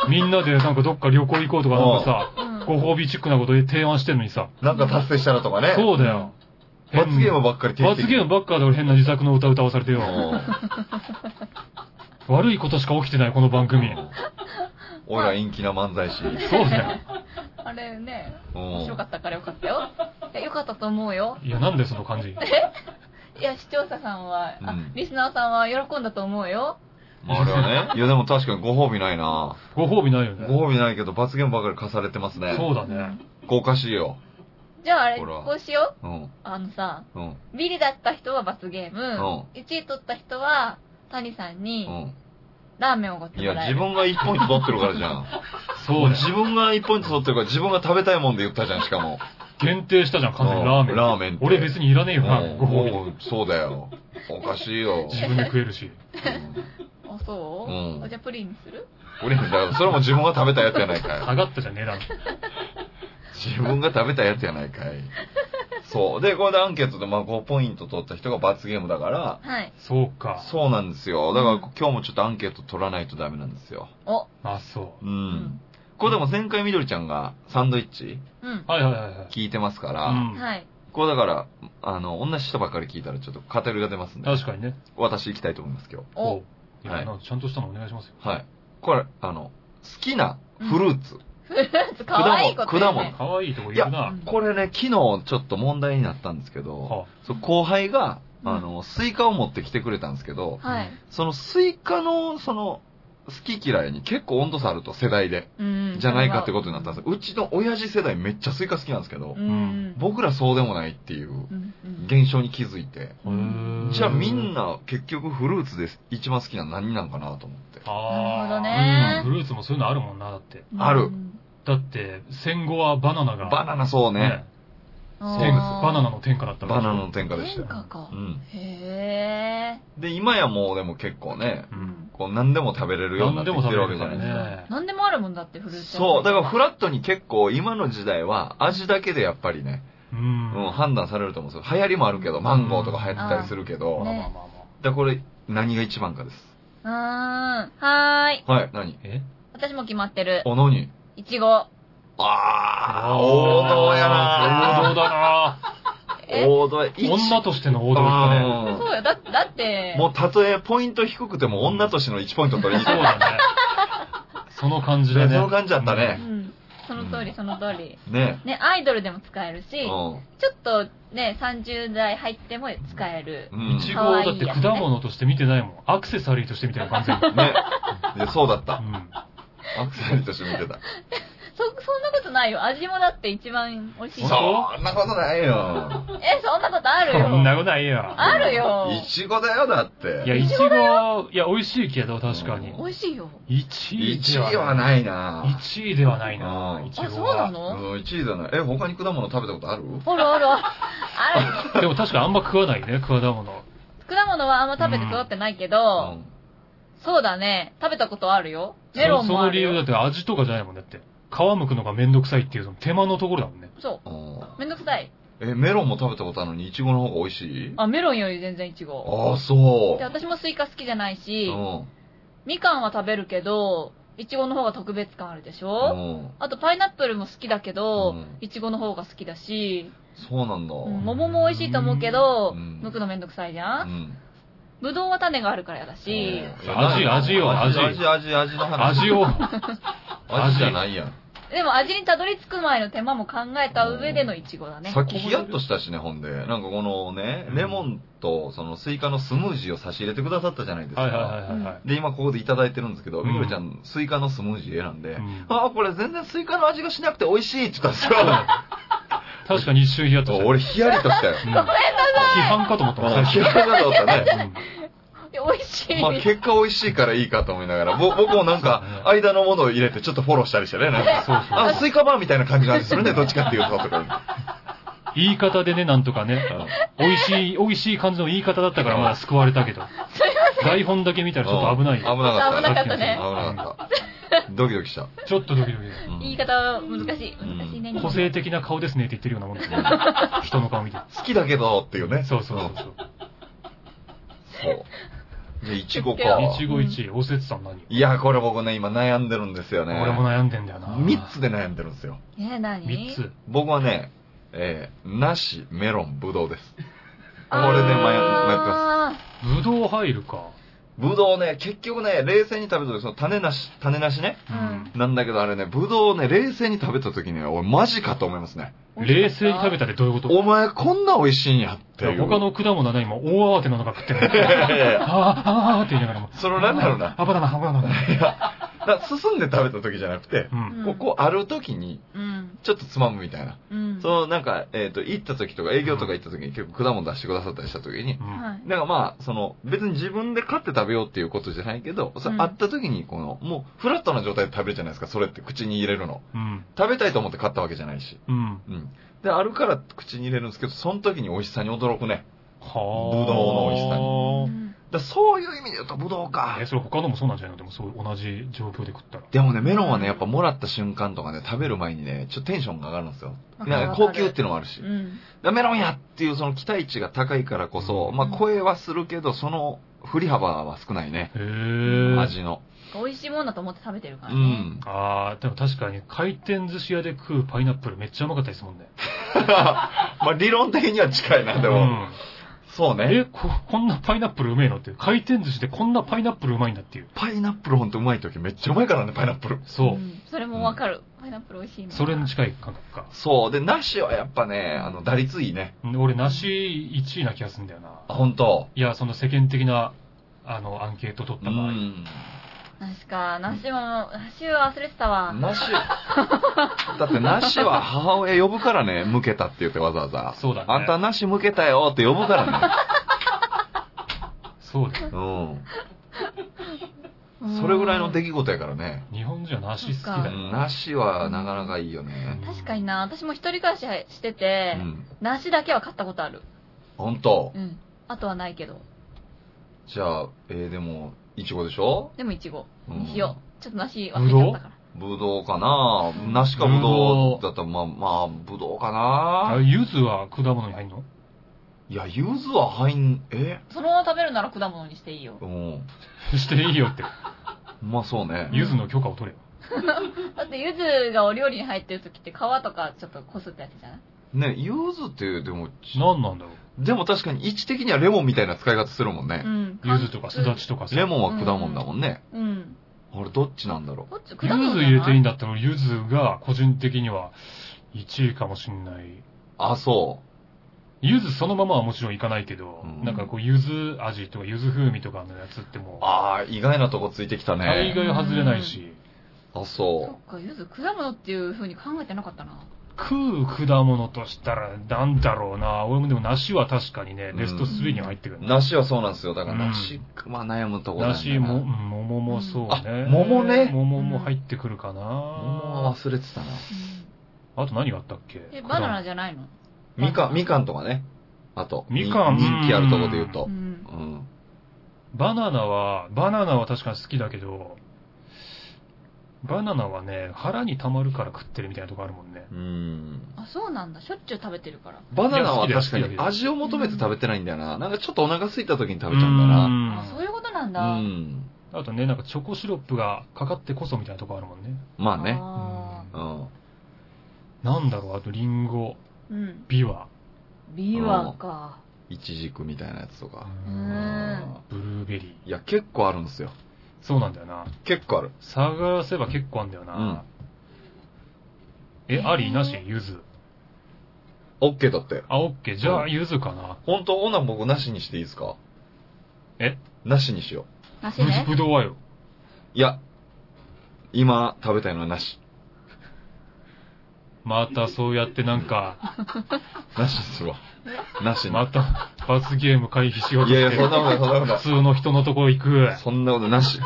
Speaker 1: みんなでなんかどっか旅行行こうとかなんか
Speaker 3: う
Speaker 1: さ、
Speaker 3: ん
Speaker 1: ご褒美チックなことで提案してんのにさ。
Speaker 2: なんか達成したらとかね。
Speaker 1: そうだよ。
Speaker 2: 罰ゲーム
Speaker 1: ばっ
Speaker 2: ばっかり提
Speaker 1: 罰ゲームばっかで俺変な自作の歌歌わされてよ。
Speaker 2: うん
Speaker 1: 悪いことしか起きてない、この番組。
Speaker 2: おいら陰気な漫才師。
Speaker 1: そうだよ。
Speaker 3: あれね、
Speaker 2: うん
Speaker 3: 面白かったからよかっ たよ。いやよかったと思うよ。
Speaker 1: いや、なんでその感じ。
Speaker 3: いや、視聴者さんは、
Speaker 2: う
Speaker 3: あ
Speaker 2: ん、
Speaker 3: リスナーさんは喜んだと思うよ。
Speaker 2: まああれはね。いやでも確かにご褒美ないな
Speaker 1: ご褒美ないよね。
Speaker 2: ご褒美ないけど罰ゲームばかり課されてますね。
Speaker 1: そうだね。
Speaker 2: 豪華しいよ。
Speaker 3: じゃああれ、
Speaker 2: ほら
Speaker 3: こうしよう。
Speaker 2: うん。
Speaker 3: あのさ、
Speaker 2: うん。
Speaker 3: ビリだった人は罰ゲーム、
Speaker 2: う
Speaker 3: 1位取った人は、谷さ
Speaker 2: う
Speaker 3: んに
Speaker 2: ん。
Speaker 3: ラーメンをおごっ
Speaker 2: い
Speaker 3: ても
Speaker 2: や、
Speaker 3: らえ
Speaker 2: 自
Speaker 3: る。
Speaker 2: 分が1ポイント取ってるからじゃん。
Speaker 1: そうだ
Speaker 2: 自
Speaker 1: よ。
Speaker 2: 分が1ポイント取ってるから自分が食べたいもんで言ったじゃん、しかも。
Speaker 1: 限定したじゃん、完全にラーメン。
Speaker 2: うんラーメンって
Speaker 1: 俺別にいらねえよ、ラーメン。ご褒美。
Speaker 2: もう、そうだよ。おかしいよ。
Speaker 1: 自分で食えるし。
Speaker 3: あ、そう、
Speaker 2: うん
Speaker 3: あじゃあプリンにする
Speaker 2: 俺だよ。それも自分が食べたやつやないかい。
Speaker 1: 上がったじゃん、値段。
Speaker 2: 自分が食べたやつやないかい。そう。で、これでアンケートでまあ5ポイント取った人が罰ゲームだから、
Speaker 3: はい。
Speaker 1: そうか。
Speaker 2: そうなんですよ。だから今日もちょっとアンケート取らないとダメなんですよ。
Speaker 3: お、
Speaker 1: あ、そう
Speaker 3: うんん。
Speaker 2: これでも前回みどりちゃんがサンドイッチ
Speaker 3: うん
Speaker 1: う。。はいはいはいはい。
Speaker 2: 聞いてますから、
Speaker 1: うん。
Speaker 3: はい。
Speaker 2: これだから、あの、同じ人ばっかり聞いたらちょっと偏りが出ますんで、
Speaker 1: 確かにね。
Speaker 2: 私行きたいと思います今日。
Speaker 3: お
Speaker 1: う、いや、
Speaker 2: はい
Speaker 1: なんかちゃんとしたのお願いしますよ。
Speaker 2: はい。これ、あの、好きなフルーツ。
Speaker 3: フルーツ、かわいいこと言うね。
Speaker 1: かわいいとこ言うな。
Speaker 2: これね、昨日ちょっと問題になったんですけど、
Speaker 1: は
Speaker 2: そう後輩が、
Speaker 3: うん
Speaker 2: あの、スイカを持ってきてくれたんですけど、
Speaker 3: はい。
Speaker 2: そのスイカの、その、好き嫌いに結構温度差あると、世代で。
Speaker 3: うん。
Speaker 2: じゃないかってことになったんですよ。うちの親父世代めっちゃスイカ好きなんですけど
Speaker 3: う、ん。
Speaker 2: 僕らそうでもないっていう
Speaker 3: うん、うん。
Speaker 2: 現象に気づいて、
Speaker 1: へー
Speaker 2: じゃあみん。な結局フルーツで一番好きなの何なんかなと思って。
Speaker 1: あー
Speaker 3: なるほどね
Speaker 1: うんフルーツもそういうのあるもんな、だって。
Speaker 2: ある
Speaker 3: うん
Speaker 1: だって、戦後はバナナが。
Speaker 2: バナナそうね。
Speaker 1: 天
Speaker 2: そうです
Speaker 1: バナナの天下だった
Speaker 2: バ
Speaker 1: わけ
Speaker 2: ナナ
Speaker 1: でしょ
Speaker 2: の天下でした
Speaker 3: 天下
Speaker 2: よ。
Speaker 3: か
Speaker 2: う。ん。
Speaker 3: へ
Speaker 2: で、今やもうでも結構ね、
Speaker 3: ー
Speaker 1: う。
Speaker 3: うんん。
Speaker 2: こう何でも食べれるようにな
Speaker 1: 何
Speaker 2: っ
Speaker 1: で
Speaker 2: て
Speaker 1: も
Speaker 2: き
Speaker 1: 食べ
Speaker 2: てる
Speaker 1: れ
Speaker 2: わけ
Speaker 1: るか
Speaker 2: じゃな
Speaker 1: ら
Speaker 2: いで
Speaker 1: ね。
Speaker 2: すか。
Speaker 3: 何でもあるもんだって、フルーツ。
Speaker 2: そう、だからフラットに結構今の時代は味だけでやっぱりね、
Speaker 1: う。
Speaker 2: うんん、判断されると思うんですよ。流行りもあるけど、マンゴーとか流行ってたりするけ
Speaker 1: まあ
Speaker 2: ど
Speaker 1: ま、あ
Speaker 3: ね
Speaker 1: まあまあ。
Speaker 2: だからこれ何が一番かです。
Speaker 3: うーん。はーい。
Speaker 2: はい、何
Speaker 1: え
Speaker 3: 私も決まってる。
Speaker 2: お、何
Speaker 3: いちご。
Speaker 2: ああ、王道や
Speaker 1: 王
Speaker 2: な
Speaker 1: 道だな
Speaker 3: え
Speaker 2: 王道や。
Speaker 1: 女としての王道ですかね。
Speaker 2: うん
Speaker 3: そうよ。だ、だって、
Speaker 2: もうたとえポイント低くても女としての1ポイント取りに行
Speaker 1: そ
Speaker 2: く
Speaker 1: うだね。その感じだね。
Speaker 2: その感じだった
Speaker 3: う
Speaker 2: ね
Speaker 3: ん。その通り、その通り。
Speaker 2: ね。
Speaker 3: ね、アイドルでも使えるし、ち
Speaker 2: う
Speaker 3: ょ
Speaker 2: ん
Speaker 3: っとね、30代入っても使える。
Speaker 2: う。
Speaker 1: うんん。い
Speaker 2: ね
Speaker 1: ち。ごをだって果物として見てないもん。アクセサリーとして見てる感じだもん。
Speaker 2: いやそうだった。
Speaker 1: うん
Speaker 2: アクセサリーとして見てた。
Speaker 3: そ、そんなことないよ。味もだって一番美味しい。
Speaker 2: そ
Speaker 3: え、
Speaker 1: 本
Speaker 3: そ
Speaker 1: 当
Speaker 2: んなことないよ。
Speaker 3: んなことあるよ。
Speaker 1: そんなことないよ。
Speaker 3: あるよ。
Speaker 2: いちごだよ、だって。
Speaker 1: いや、いちご、いや、美味しいけど、確かに。
Speaker 3: 美味しいよ。
Speaker 1: 1位
Speaker 2: 1
Speaker 1: では
Speaker 2: 位はないな。
Speaker 1: 1位ではないな
Speaker 2: う、ん
Speaker 1: いち
Speaker 3: あ、そう
Speaker 1: ご
Speaker 3: な
Speaker 1: は。
Speaker 3: の
Speaker 2: うん、1位だな。え、他に果物食べたことある
Speaker 3: おろおろ。ある。
Speaker 1: でも確かにあんま食わないね、果物。
Speaker 3: 果物はあんま食べて育ってないけど、そうだね。食べたことあるよ。メロン
Speaker 1: そ
Speaker 3: も
Speaker 1: の
Speaker 3: あ
Speaker 1: その
Speaker 3: る
Speaker 1: 理由だ
Speaker 3: よ
Speaker 1: っ。て味とかじゃないもんだって。皮むくのがめんどくさいっていうその手間のところだもんね。
Speaker 3: そ
Speaker 2: うん
Speaker 3: う。めんどくさい。
Speaker 2: え、メロンも食べたことあるのに、いちごの方が美味しい
Speaker 3: あ、メロンより全然イチゴ。
Speaker 2: ああ、そう。
Speaker 3: で、私もスイカ好きじゃないうし、
Speaker 2: ん。
Speaker 3: みかんは食べるけど、いちごの方が特別感あるでし
Speaker 2: う
Speaker 3: ょ
Speaker 2: ん。
Speaker 3: あとパイナップルも好きだけど
Speaker 2: うん、
Speaker 3: いちごの方が好きだし、
Speaker 2: そうなんだ。
Speaker 3: うん桃も美味しいと思うけど、
Speaker 2: うん
Speaker 3: 剥くのめんどくさいじ
Speaker 2: う
Speaker 3: ゃん
Speaker 2: ん。
Speaker 3: ぶどうは種があるからやだし、
Speaker 1: 味味よ味
Speaker 2: 味、味、味の話。
Speaker 1: 味を、
Speaker 2: 味じゃないやん。
Speaker 3: でも味にたどり着く前の手間も考えた上でのイチゴだね
Speaker 2: さ。っきヒヤッとしたしね、ほんで。なんかこのね、レモンとそのスイカのスムージーを差し入れてくださったじゃないですか。
Speaker 1: はいはいはいはい。
Speaker 2: で、今ここでいただいてるんですけど、
Speaker 1: うん
Speaker 2: みぐるちゃん、スイカのスムージー選んで、
Speaker 1: うん
Speaker 2: ああ、これ全然スイカの味がしなくて美味しいって言 ったん
Speaker 1: そう
Speaker 2: で
Speaker 1: だね確かに一瞬ヒヤッと
Speaker 2: す
Speaker 1: し
Speaker 2: よ。
Speaker 1: た。
Speaker 2: 俺、ヒヤリとしたよ。
Speaker 1: うん、批判かと思った
Speaker 2: あ
Speaker 1: もん、
Speaker 2: ヒ
Speaker 1: 最
Speaker 2: ヤ
Speaker 1: 初
Speaker 2: リだと思ったね。
Speaker 1: うん
Speaker 3: いや美味しい。
Speaker 2: まあ結果美味しいからいいかと思いながら、ぼ僕もなんか、間のものを入れてちょっとフォローしたりしてね、なんか。
Speaker 1: そうそう。
Speaker 2: あ、スイカバーみたいな感じの味するね、どっちかっていうと、とか。
Speaker 1: 言い方でね、なんとかね、美味しい、美味しい感じの言い方だったからまだ救われたけど。台本だけ見た らちょっと危ない
Speaker 2: 危
Speaker 1: よ。
Speaker 2: なかった。
Speaker 3: 危なかったね
Speaker 2: 危なかった。ドキドキした。
Speaker 1: ちょっとドキドキです。
Speaker 2: うん
Speaker 3: 言い方は難しい。
Speaker 2: ん
Speaker 3: 難しいね。
Speaker 1: 個性的な顔ですねって言ってるようなもんですね。人の顔見て。
Speaker 2: 好きだけどっていうね。
Speaker 1: そうそうそうそう。
Speaker 2: そう。で、いちごか。
Speaker 1: いちご一位、おせつさん何
Speaker 2: いや、これ僕ね、今悩んでるんですよね。
Speaker 1: 俺も悩んでんだよな。
Speaker 2: 3つで悩んでるんですよ。
Speaker 3: え、何
Speaker 1: 三つ。
Speaker 2: 僕はね、えー、梨、メロン、ブドウです。こ
Speaker 3: あー
Speaker 2: れで迷迷ってます。
Speaker 1: ぶどう入るか。
Speaker 2: ブドウね、結局ね、冷静に食べた時、その種なし、種なしね。
Speaker 3: うん
Speaker 2: なんだけどあれね、ブドウをね、冷静に食べた時には、俺マジかと思いますね。
Speaker 1: 冷静に食べたってどういうこと
Speaker 2: お前こんな美味しいんやって いう。
Speaker 1: 他の果物はね、今大慌てなのが食って
Speaker 2: い
Speaker 1: る。
Speaker 2: やいやいや。
Speaker 1: あーあーあーって言いながらも。
Speaker 2: そのなんだろうな。
Speaker 1: あ、バナナ、あバナナ。
Speaker 2: だから進んで食べた時じゃなくて、
Speaker 1: うん。
Speaker 2: こうこうある時に、
Speaker 3: うん。
Speaker 2: ちょっとつまむみたいな。
Speaker 3: うん。
Speaker 2: そのなんか、えっ、と、行った時とか、営業とか行った時に結構果物出してくださったりした時に
Speaker 1: う、ん
Speaker 3: はい。
Speaker 2: なんかまあ、その、別に自分で買って食べようっていうことじゃないけど、それ
Speaker 3: うん
Speaker 2: 会った時に、この、もう、フラットな状態で食べるじゃないですか、それって口に入れるの。
Speaker 1: うん。
Speaker 2: 食べたいと思って買ったわけじゃないし。
Speaker 1: うん。
Speaker 2: うん。で、あるから口に入れるんですけど、その時に美味しさに驚くね。
Speaker 1: はあ。
Speaker 2: ぶどうの美味しさ
Speaker 3: うん
Speaker 2: だからそういう意味で言うと、ぶどうか
Speaker 1: え、。それ他のもそうなんじゃないのでもそう、同じ状況で食ったら。
Speaker 2: でもね、メロンはね、やっぱもらった瞬間とかね、食べる前にね、ちょっとテンションが上がるんですよ。なんか高級っていうのもあるし。
Speaker 3: う
Speaker 2: だか
Speaker 3: ん。
Speaker 2: らメロンやっていうその期待値が高いからこそ、まあ声はするけど、その振り幅は少ないね。
Speaker 1: へえ。
Speaker 2: 味の。
Speaker 3: 美味しいもんだと思って食べてるか
Speaker 2: う
Speaker 3: らね。
Speaker 2: ん。
Speaker 1: ああ、でも確かに回転寿司屋で食うパイナップルめっちゃうまかったですもんね。
Speaker 2: まあ理論的には近いな、で
Speaker 1: う
Speaker 2: も。
Speaker 1: ん
Speaker 2: そうね。
Speaker 1: え、こ、こんなパイナップルうめえのっていう。回転寿司でこんなパイナップルうまいんだっていう。
Speaker 2: パイナップルほんとうまい時めっちゃうまいからね、パイナップル。
Speaker 1: そう。
Speaker 3: んそれもわかる。パイナップル美味しいね。
Speaker 1: それに近い感覚か。
Speaker 2: そう。で、梨はやっぱね、あの、打率いいね。
Speaker 1: うん俺、梨1位な気がするんだよな。
Speaker 2: あ、ほんと。
Speaker 1: いや、その世間的な、あの、アンケート取っ
Speaker 2: う
Speaker 1: た場合。
Speaker 2: ん。
Speaker 3: 確か、梨も、梨は忘れてたわ。
Speaker 2: 梨。だって梨は 母親呼ぶからね、向けたって言ってわざわざ。
Speaker 1: そうだね。
Speaker 2: あんたなし向けたよって呼ぶ から
Speaker 1: そうだよ。
Speaker 2: ね。
Speaker 3: う
Speaker 2: うん。
Speaker 3: ん
Speaker 2: それぐらいの出来事やからね。
Speaker 1: 日本人は梨好き
Speaker 2: う
Speaker 1: だよ
Speaker 2: ん。。なしはなかなかいいよね。
Speaker 3: 確かにな、私も一人暮らしして
Speaker 2: う
Speaker 3: て、
Speaker 2: ん。
Speaker 3: 梨だけは買ったことある。
Speaker 2: ほんと
Speaker 3: う。ん。あとはないけど。
Speaker 2: じゃあ、えー、でも、いちごでしょ
Speaker 3: でもイチゴ。
Speaker 2: うん
Speaker 3: にしよう。ちょっと梨忘れちゃったから。
Speaker 2: ぶどうかななしかぶどうだったら、まあ、まあ、ぶどうか
Speaker 1: あ
Speaker 2: な
Speaker 1: 柚子は果物に入んの
Speaker 2: いや、ゆずは入ん、え
Speaker 3: そのまま食べるなら果物にしていいよ
Speaker 2: う。ん。
Speaker 1: していいよって。
Speaker 2: まあそうね。
Speaker 1: 柚子の許可を取れよ。
Speaker 3: だって、ゆずがお料理に入ってる時って皮とかちょっとこすったやつじゃな
Speaker 2: ね、
Speaker 3: い
Speaker 2: 柚子って、でも、
Speaker 1: 何なんだろう。
Speaker 2: でも確かに位置的にはレモンみたいな使い方するもんね。
Speaker 3: ん
Speaker 1: 柚子とかすだちとかさ。
Speaker 2: レモンは果物だもんね。
Speaker 3: うん。
Speaker 2: あれ、どっちなんだろ
Speaker 3: こっち果
Speaker 1: 柚
Speaker 3: 物
Speaker 1: 子
Speaker 3: じゃない
Speaker 1: 入れていいんだったら、柚子が個人的には1位かもしんない。
Speaker 2: う。あ、そ
Speaker 1: 柚子そのままはもちろんいかないけど、
Speaker 2: うん
Speaker 1: なんかこう柚子味とか柚子風味とかのやつっても
Speaker 2: う。
Speaker 1: う、
Speaker 2: ああ、意外なとこついてきた
Speaker 1: 大
Speaker 2: ね。
Speaker 1: 概外れないし、
Speaker 2: あ、
Speaker 3: そ
Speaker 2: そ
Speaker 3: っか、ゆず果物っていう風に考えてなかったな。
Speaker 1: 食う果物としたらなんだろうな。俺もでも梨は確かにね、
Speaker 2: うん
Speaker 1: ベスト3に入ってく
Speaker 2: う。
Speaker 1: る、
Speaker 2: 梨はそうなんですよ。だから
Speaker 1: うん
Speaker 2: 梨、まあ悩むとこなんだ
Speaker 1: 梨
Speaker 2: よな
Speaker 1: も、うん桃もそうね。
Speaker 2: あ桃ね
Speaker 1: 桃も入ってくるかな。
Speaker 2: 桃は忘れてたな。
Speaker 1: あと何があったっけ
Speaker 3: え、バナナ
Speaker 1: 果
Speaker 3: じゃないの
Speaker 2: みかん、みかんとかね。あと、
Speaker 1: みかん
Speaker 2: 人人気あるとこで言うと
Speaker 3: う。ん。
Speaker 2: うん。
Speaker 1: 物バナナは、バナナは確かに好きだけど、バナナはね、腹に溜まるから食ってるみたいなとこあるもんね。
Speaker 2: うん。
Speaker 3: あ、そうなんだ。しょっちゅう食べてるから。
Speaker 2: バナナ
Speaker 1: い
Speaker 2: は確かに
Speaker 1: や好きだよ好きだよ
Speaker 2: 味を求めて食べてないんだよな。なんかちょっとお腹空いた時に食べちゃうんだな。
Speaker 1: ん
Speaker 3: あ、そういうことなんだ。
Speaker 2: うん。
Speaker 1: あとね、なんかチョコシロップがかかってこそみたいなとこあるもんね。
Speaker 2: まあね。
Speaker 3: あ
Speaker 2: うん。
Speaker 1: なんだろう、あとリンゴ、
Speaker 3: ーうん。
Speaker 1: ビワ、
Speaker 3: ビワか。
Speaker 2: イチジクみたいなやつとか。
Speaker 3: ん
Speaker 1: ブルーベリー。
Speaker 2: いや、結構あるんですよ。
Speaker 1: そうなんだよな。
Speaker 2: 結構ある。
Speaker 1: 探せば結構あんだよな。え、ありなしゆず。
Speaker 2: オッケーだって。
Speaker 1: あ、オッケー。じゃ
Speaker 2: う
Speaker 1: あ、
Speaker 2: ん
Speaker 1: ゆずかな。
Speaker 2: 本当オナ僕なしにしていいですか
Speaker 1: え
Speaker 2: なしにしよ
Speaker 3: 梨
Speaker 1: ぶ
Speaker 3: ね。
Speaker 1: ぶどうはよ。
Speaker 2: う。いや、今食べたいのはなし。
Speaker 1: またそうやってなんか、
Speaker 2: なしにするわ。なしに。
Speaker 1: また、罰ゲーム回避しよう
Speaker 2: い
Speaker 1: と
Speaker 2: やいや、
Speaker 1: し
Speaker 2: そん
Speaker 1: て、
Speaker 2: なことない、そんな ことな
Speaker 1: 普通の人のところ行く
Speaker 2: い。。そんなことなし。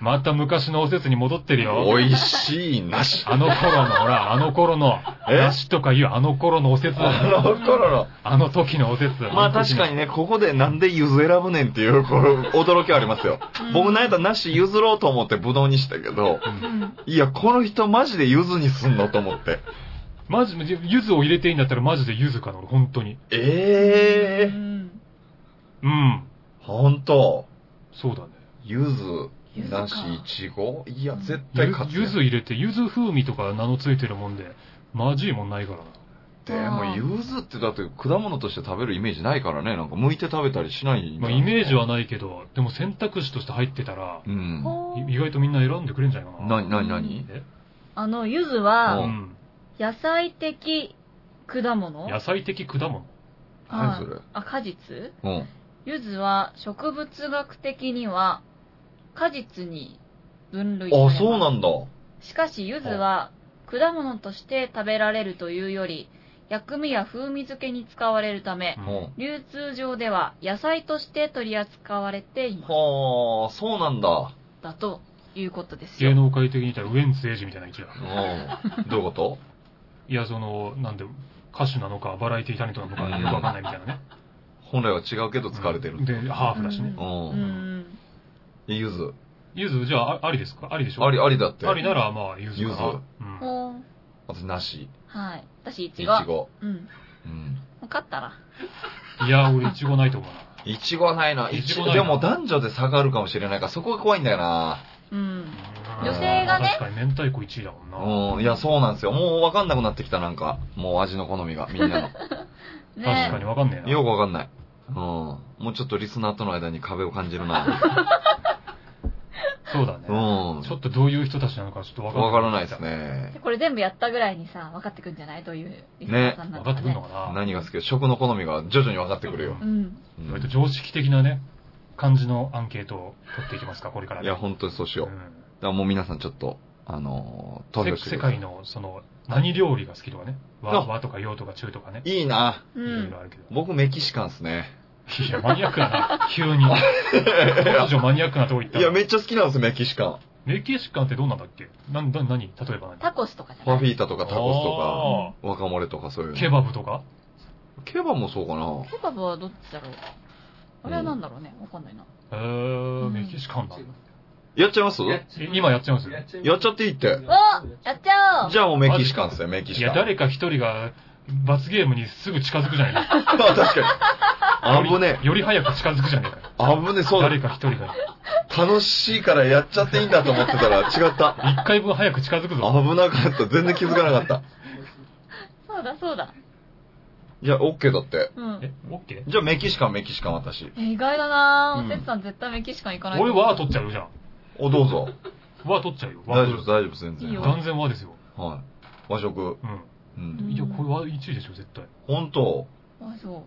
Speaker 1: また昔のお説に戻ってるよ。
Speaker 2: 美味しいなし。
Speaker 1: あの頃の、ほら、あの頃の、
Speaker 2: え
Speaker 1: 梨とかいうあの頃のお説だ
Speaker 2: あ
Speaker 1: よ。
Speaker 2: の頃の。
Speaker 1: あの時のお説。
Speaker 2: まあ確かにね、ここでなんでゆず選ぶねんっていう、この驚きはありますよ。
Speaker 3: うん
Speaker 2: 僕なんやったらなし譲ろうと思ってぶどうにしたけど、
Speaker 3: うん。
Speaker 2: いや、この人マジでゆずにすんのと思って。
Speaker 1: マジ、ゆずを入れていいんだったらマジでゆずかな、俺、本当に。
Speaker 2: ええ
Speaker 3: うん
Speaker 1: うん。
Speaker 2: ー、ほんと。
Speaker 1: そうだね。
Speaker 2: ゆ
Speaker 3: ゆず
Speaker 2: ず、
Speaker 3: か
Speaker 2: なし、いちごいや、
Speaker 3: うん
Speaker 2: 絶対
Speaker 1: ゆ
Speaker 2: 勝つ
Speaker 1: ゆ
Speaker 2: ね。
Speaker 1: ず入れて、ゆず風味とか名のついてるもんで、マジいもんないからな。
Speaker 2: でも、ゆずってだって果物として食べるイメージないからね。なんか、剥いて食べたりしないんじゃな
Speaker 1: まあ、
Speaker 2: い
Speaker 1: イメージは。ないけど、でも選択肢として入ってたら、
Speaker 2: うん。
Speaker 3: ほー
Speaker 1: い意外とみんな選んでくれんじゃないかな。
Speaker 2: なになになに
Speaker 1: え
Speaker 3: あの、ゆず
Speaker 1: う
Speaker 3: は、
Speaker 1: ん。
Speaker 3: 野菜的果物
Speaker 1: 野菜的果物。
Speaker 3: は
Speaker 2: 何
Speaker 3: い
Speaker 2: それ
Speaker 3: あ、果実
Speaker 2: うん。
Speaker 3: ゆずは植物学的には果実に分類されま
Speaker 2: あ、
Speaker 3: す
Speaker 2: そうなんだ。
Speaker 3: しかしゆずは果物として食べられるというより薬味や風味付けに使われるため
Speaker 1: う、ん
Speaker 2: うん。
Speaker 3: 流通上では野菜として取り扱われていま
Speaker 2: はあ、そうなんだ。
Speaker 3: すだということです
Speaker 1: 芸
Speaker 3: よ。
Speaker 1: 能界的に言ったらウエンツエイジみたいな位置だ。
Speaker 2: うん。どういうこと
Speaker 1: いや、その、なんで、歌手なのか、バラエティタレントなのか、よくわかんないみたいなね。
Speaker 2: 本来は違うけど疲れてる。
Speaker 1: で、ハーフだしね。
Speaker 3: う
Speaker 2: うん。
Speaker 3: ん。
Speaker 2: ゆず。
Speaker 1: ゆず、じゃああ、ありですかありでしょ
Speaker 2: あり、ありだって。
Speaker 1: ありなら、まあ、ゆずかな。
Speaker 2: ゆず
Speaker 1: うん。
Speaker 3: ほう
Speaker 2: 私、なし。
Speaker 3: はい。私、い
Speaker 2: い
Speaker 3: ち
Speaker 2: ち
Speaker 3: ご。
Speaker 2: ご。
Speaker 3: うん。も
Speaker 2: うん。
Speaker 3: う勝ったら。
Speaker 1: いや、俺、いちごないと思うな。
Speaker 2: いちごはないな。い
Speaker 1: いち
Speaker 2: ち
Speaker 1: ご
Speaker 2: ご。
Speaker 1: ない
Speaker 2: で
Speaker 1: な
Speaker 2: も男女で差があるかもしれないから、そこが怖いんだよな。
Speaker 3: うん。
Speaker 2: 女性
Speaker 3: がね
Speaker 1: 確かに明太子1位だもんな。
Speaker 2: うん。いや、そうなんですよ。もう分かんなくなってきた、なんか。もう味の好みが、みんな
Speaker 1: 確か
Speaker 3: ね
Speaker 1: にわかんねえ
Speaker 2: の。
Speaker 1: な。
Speaker 2: よく分かんない。うん。もうちょっとリスナーとの間に壁を感じるな。
Speaker 1: そうだね
Speaker 2: う。ん。
Speaker 1: ちょっとどういう人たちなのかちょっとわかん
Speaker 2: 分からないです。ね。
Speaker 3: これ全部やったぐらいにさ、分かってくんじゃないどういうリスナーさんな
Speaker 1: わ
Speaker 3: の
Speaker 1: か
Speaker 3: か
Speaker 1: ってく
Speaker 3: ね
Speaker 1: るの。かな。
Speaker 2: 何が好きか、食の好みが徐々に分かってくるよ。
Speaker 3: うん。
Speaker 2: う
Speaker 1: 割と
Speaker 2: ん
Speaker 1: 常識的なね、感じのアンケートを取っていきますか、これから
Speaker 2: い
Speaker 1: ね。
Speaker 2: や、本当にそうしよう。だからもう皆さんちょっと、あのー、
Speaker 1: うん
Speaker 2: 投票して
Speaker 1: 世
Speaker 2: くださ
Speaker 1: 界
Speaker 2: い。
Speaker 1: の、その、何料理が好きとかね。和
Speaker 2: あ
Speaker 1: 和とか洋とか中とかね。
Speaker 2: いいな。
Speaker 3: う
Speaker 1: いろい
Speaker 3: ん
Speaker 1: ろ。あるけど。
Speaker 2: 僕メキシカンっすね。
Speaker 1: いや、マニアックだな、急に。突如マニアックなとこ行っ
Speaker 2: い
Speaker 1: た。
Speaker 2: や、めっちゃ好きなんです、メキシカン。
Speaker 1: メキシカンってどんなんだっけなん、な、何例えば何
Speaker 3: タコスとかじゃ
Speaker 2: ファ
Speaker 3: な
Speaker 2: フ
Speaker 3: い
Speaker 2: ィータとかタコスと
Speaker 1: あ
Speaker 2: か、ワカモレとかそういう
Speaker 1: ー
Speaker 2: の。
Speaker 1: ケバブとか
Speaker 2: ケバもそうかな。
Speaker 3: ケバブはどっちだろうあれはなんだろうねわかんないな。
Speaker 1: えー、
Speaker 3: うん
Speaker 1: メキシカンだ。
Speaker 2: やっちゃいますや
Speaker 1: え今やっちゃいます
Speaker 4: やっちゃい
Speaker 2: っちゃっていいって。
Speaker 3: おやっちゃおう
Speaker 2: じゃあもうメキシカンっすよ、メキ
Speaker 1: い
Speaker 2: シカン。
Speaker 1: や、誰か一人が罰ゲームにすぐ近づくじゃないか。
Speaker 2: あ、確かに。
Speaker 1: より
Speaker 2: 危ね
Speaker 1: より早く近づくじゃないか。
Speaker 2: え。危ねえ、そうだ。
Speaker 1: 誰か一人が。
Speaker 2: 楽しいからやっちゃっていいんだと思ってたら違った。
Speaker 1: 一回分早く近づくぞ。
Speaker 2: 危なかった。全然気づかなかった。
Speaker 3: そうだそうだ。
Speaker 2: いや、OK だって。
Speaker 3: うん。
Speaker 1: え、オッケ
Speaker 2: じゃあメキシカン、メキシカン私。
Speaker 3: え意外だなぁ。
Speaker 2: うん
Speaker 3: おせつさん絶対メキシカン行かない
Speaker 1: ー
Speaker 3: と
Speaker 1: 俺
Speaker 3: 思う。
Speaker 1: は取っちゃうじゃん。
Speaker 2: お、どうぞ。
Speaker 1: 和取っちゃうよ。和
Speaker 2: 大丈夫です、大丈夫です、全然。
Speaker 3: いいよ
Speaker 2: は
Speaker 1: 断然和ですよ。
Speaker 2: い。和食。
Speaker 1: う
Speaker 2: う。
Speaker 3: うん
Speaker 1: ん。いや、これ和1位でしょ、絶対。
Speaker 2: 本当
Speaker 3: あ、そう。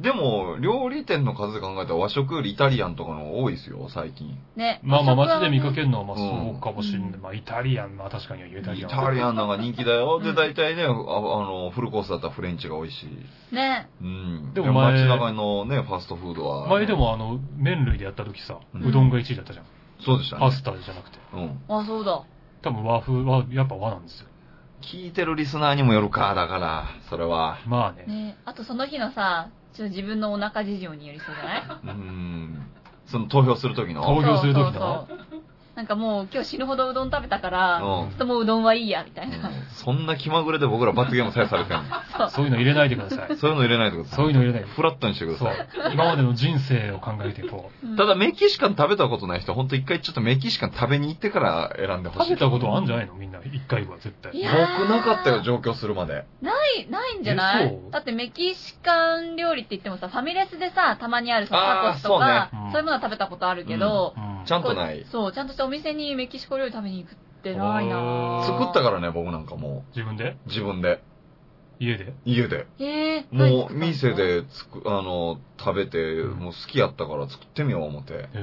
Speaker 2: でも、料理店の数で考えたら和食よりイタリアンとかの方が多いですよ、最近。
Speaker 3: ね。
Speaker 1: まあまあ、
Speaker 3: 和食は
Speaker 1: 街
Speaker 3: ね
Speaker 1: で見かけるのは、まあ、
Speaker 2: うん
Speaker 1: そうかもしれな
Speaker 3: う
Speaker 1: い。
Speaker 3: ん
Speaker 1: まあ、イタリアン、まあ、確かにイタリ
Speaker 2: イ
Speaker 1: アン。
Speaker 2: タリアンなんか人気だよ。
Speaker 3: う
Speaker 2: で、
Speaker 3: ん
Speaker 2: 大体ね、ああの、フルコースだったらフレンチが美味しい。
Speaker 3: ね。
Speaker 2: うん。
Speaker 1: でも前
Speaker 2: 街中のね、ファストフードは。
Speaker 1: 前で。も、あの、麺類でやった時さ、
Speaker 2: うん
Speaker 1: うどんが1位だったじゃん。
Speaker 2: そうでした
Speaker 1: パ
Speaker 2: ね。
Speaker 1: スタじゃなくて。
Speaker 2: うん。
Speaker 3: あ、そうだ。
Speaker 1: 多分和風は、やっぱ和なんですよ。
Speaker 2: 聞いてるリスナーにもよるか、だから、それは。
Speaker 1: まあね。
Speaker 3: ね。あとその日のさ、ちょっと自分のお腹事情によりそうじゃない
Speaker 2: うん。その投票する 時
Speaker 1: 投
Speaker 2: の。
Speaker 1: 票する時
Speaker 3: そう
Speaker 1: の
Speaker 3: そうそうなんかもう今日死ぬほどうどん食べたから、ち
Speaker 2: う
Speaker 3: ょっともううどんはいいや、みたいな。
Speaker 2: ん。そんな気まぐれで僕ら罰ゲームさえされ てん
Speaker 3: そう。
Speaker 1: そういうの入れないでください
Speaker 2: の。。そういうの入れないでください。
Speaker 1: そういうの入れないで。
Speaker 2: フラットにしてくだ
Speaker 1: そ
Speaker 2: さ
Speaker 1: う
Speaker 2: い。。
Speaker 1: 今までの人生を考えていこ う。
Speaker 3: うん
Speaker 2: ただ、、メキシカン食べたことない人、ほんと一回ちょっとメキシカン食べに行ってから選んでほし
Speaker 1: 食
Speaker 2: い。
Speaker 1: べたことあんじゃないのみんな、一回は絶対
Speaker 3: い。や
Speaker 2: 僕なかったよ、上京するまで。
Speaker 3: ない、ないんじゃな
Speaker 1: え
Speaker 3: い
Speaker 1: そう
Speaker 3: だってメキシカン料理って言ってもさ、ファミレスでさ、たまにあるさ、
Speaker 2: あー
Speaker 3: タコスとか、
Speaker 1: そ
Speaker 3: そうう,、
Speaker 1: ねうん
Speaker 3: いうものは食べたことあるけど、
Speaker 1: うん
Speaker 2: ちゃんとない
Speaker 3: こうそう、ちゃんとしたお店にメキシコ料理食べに行くってないな。
Speaker 1: あー
Speaker 2: 作ったかららね、僕なんかも
Speaker 1: 自分で
Speaker 2: う、自分で、
Speaker 1: 家で
Speaker 2: 家で。
Speaker 3: へえ。
Speaker 2: もう、
Speaker 3: 何
Speaker 2: 店
Speaker 3: 作ったの。
Speaker 2: でつく、あの、食べて、もう好きやったから作ってみよう思って。
Speaker 1: へ
Speaker 3: すごい、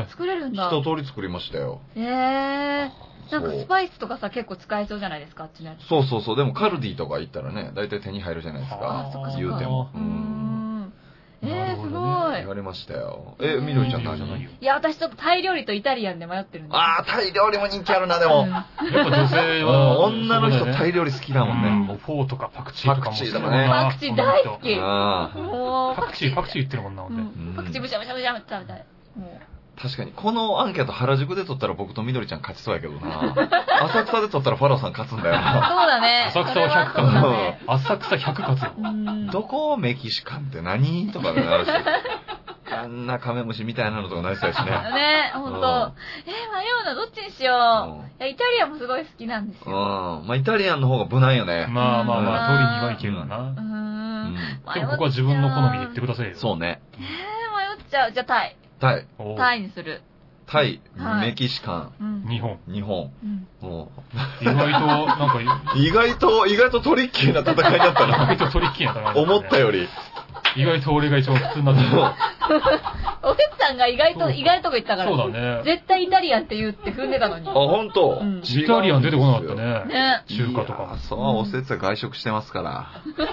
Speaker 1: え。
Speaker 3: 作れるんだ。
Speaker 2: 一通り作りましたよ。
Speaker 3: へえ。なんか
Speaker 2: そう
Speaker 3: スパイスとかさ、結構使えそうじゃないですか、あっちのやつ。
Speaker 2: そうそうそう。でもカルディとか行ったらね、大体手に入るじゃないです
Speaker 3: あ
Speaker 2: か
Speaker 3: ー。そっかそっか
Speaker 2: 言うても。
Speaker 3: う
Speaker 2: う
Speaker 3: ー
Speaker 2: ん。
Speaker 3: ん。え
Speaker 1: な
Speaker 3: ー、
Speaker 1: る
Speaker 3: す
Speaker 1: ほ
Speaker 3: ご
Speaker 1: ど
Speaker 3: い
Speaker 2: 言。われましたよ。え、
Speaker 3: うん
Speaker 2: みどりちゃん
Speaker 1: い
Speaker 2: 何
Speaker 1: い
Speaker 2: じ
Speaker 1: じゃ
Speaker 2: ゃな
Speaker 1: ないい
Speaker 2: よ
Speaker 1: よ。
Speaker 3: いや、私ちょっとタイ料理とイタリアンで迷ってるんですよ
Speaker 2: あー、タイ料理も人気あるな、でも。
Speaker 1: やっぱ女性
Speaker 2: うん
Speaker 1: は、
Speaker 2: 女の人
Speaker 1: そうだよね
Speaker 2: タイ料理好きだもん
Speaker 1: うん
Speaker 2: ね。
Speaker 1: もうフォーとかパクチーとかも
Speaker 2: パクチー
Speaker 1: 好き
Speaker 2: だも
Speaker 1: だ
Speaker 2: んね
Speaker 3: パクチー大好き
Speaker 2: あ
Speaker 1: う
Speaker 2: ー
Speaker 1: ん
Speaker 3: もう、
Speaker 1: パクチー、パクチー言ってるもんな、ほ
Speaker 3: うん
Speaker 1: で。
Speaker 3: ん
Speaker 2: うん
Speaker 3: パクチーぶしゃぶしゃぶしゃぶしゃぶみたい。も
Speaker 2: 確かに。このアンケート原宿で取ったら僕とみどりちゃん勝ちそうやけど な。浅草で取ったらファラオさん勝つんだよ
Speaker 3: う
Speaker 2: な。
Speaker 3: そうだね。
Speaker 1: 浅草は100
Speaker 3: それそうだ
Speaker 1: か
Speaker 3: ね。
Speaker 1: 浅草100勝つよ。
Speaker 3: うん
Speaker 2: どこをメキシカンって何とかね、あるし。あんなカメムシみたいなのとかなりそうやしね。
Speaker 3: ね、ほんと。えー、迷うな、どっちにしよ
Speaker 2: うん
Speaker 3: う。いや、イタリアンもすごい好きなんです
Speaker 2: うん。
Speaker 3: よ。
Speaker 2: まあ、イタリアンの方が無難よね。
Speaker 1: まあまあまあ、取りにはいけるわ
Speaker 3: うー
Speaker 1: な。
Speaker 3: ん。迷っ
Speaker 2: う
Speaker 1: でもここは自分の好みで言って
Speaker 3: る。
Speaker 1: ください
Speaker 2: ん。
Speaker 1: よ。
Speaker 2: そうね。
Speaker 3: えー、迷っちゃう。じゃあタイ。
Speaker 2: タイ、
Speaker 1: おう
Speaker 3: タイにする。
Speaker 2: タイ、
Speaker 3: はい
Speaker 2: メキシカ
Speaker 3: うん。
Speaker 1: 日本。
Speaker 2: ン、日本。
Speaker 3: うん
Speaker 2: も
Speaker 1: 意外と、なんか、
Speaker 2: う意外と、意外とトリッキーな戦いだった
Speaker 1: 意外
Speaker 2: な。
Speaker 1: とトリッキーやったな。
Speaker 2: 思ったより。
Speaker 1: 意外と俺が一番普通なんだよ。
Speaker 3: おせつさんが意外
Speaker 1: そ
Speaker 3: と、
Speaker 1: う
Speaker 3: 意外とか言ったから。
Speaker 1: そう だね。
Speaker 3: 絶対イタリアンって言うって踏んでたのに
Speaker 2: あ、。ほんと
Speaker 3: うん
Speaker 1: イタリアン出てこなかったね。
Speaker 3: ね。
Speaker 1: 中華とか
Speaker 2: いや
Speaker 1: も
Speaker 2: ー。そう、おせつは外食してますから。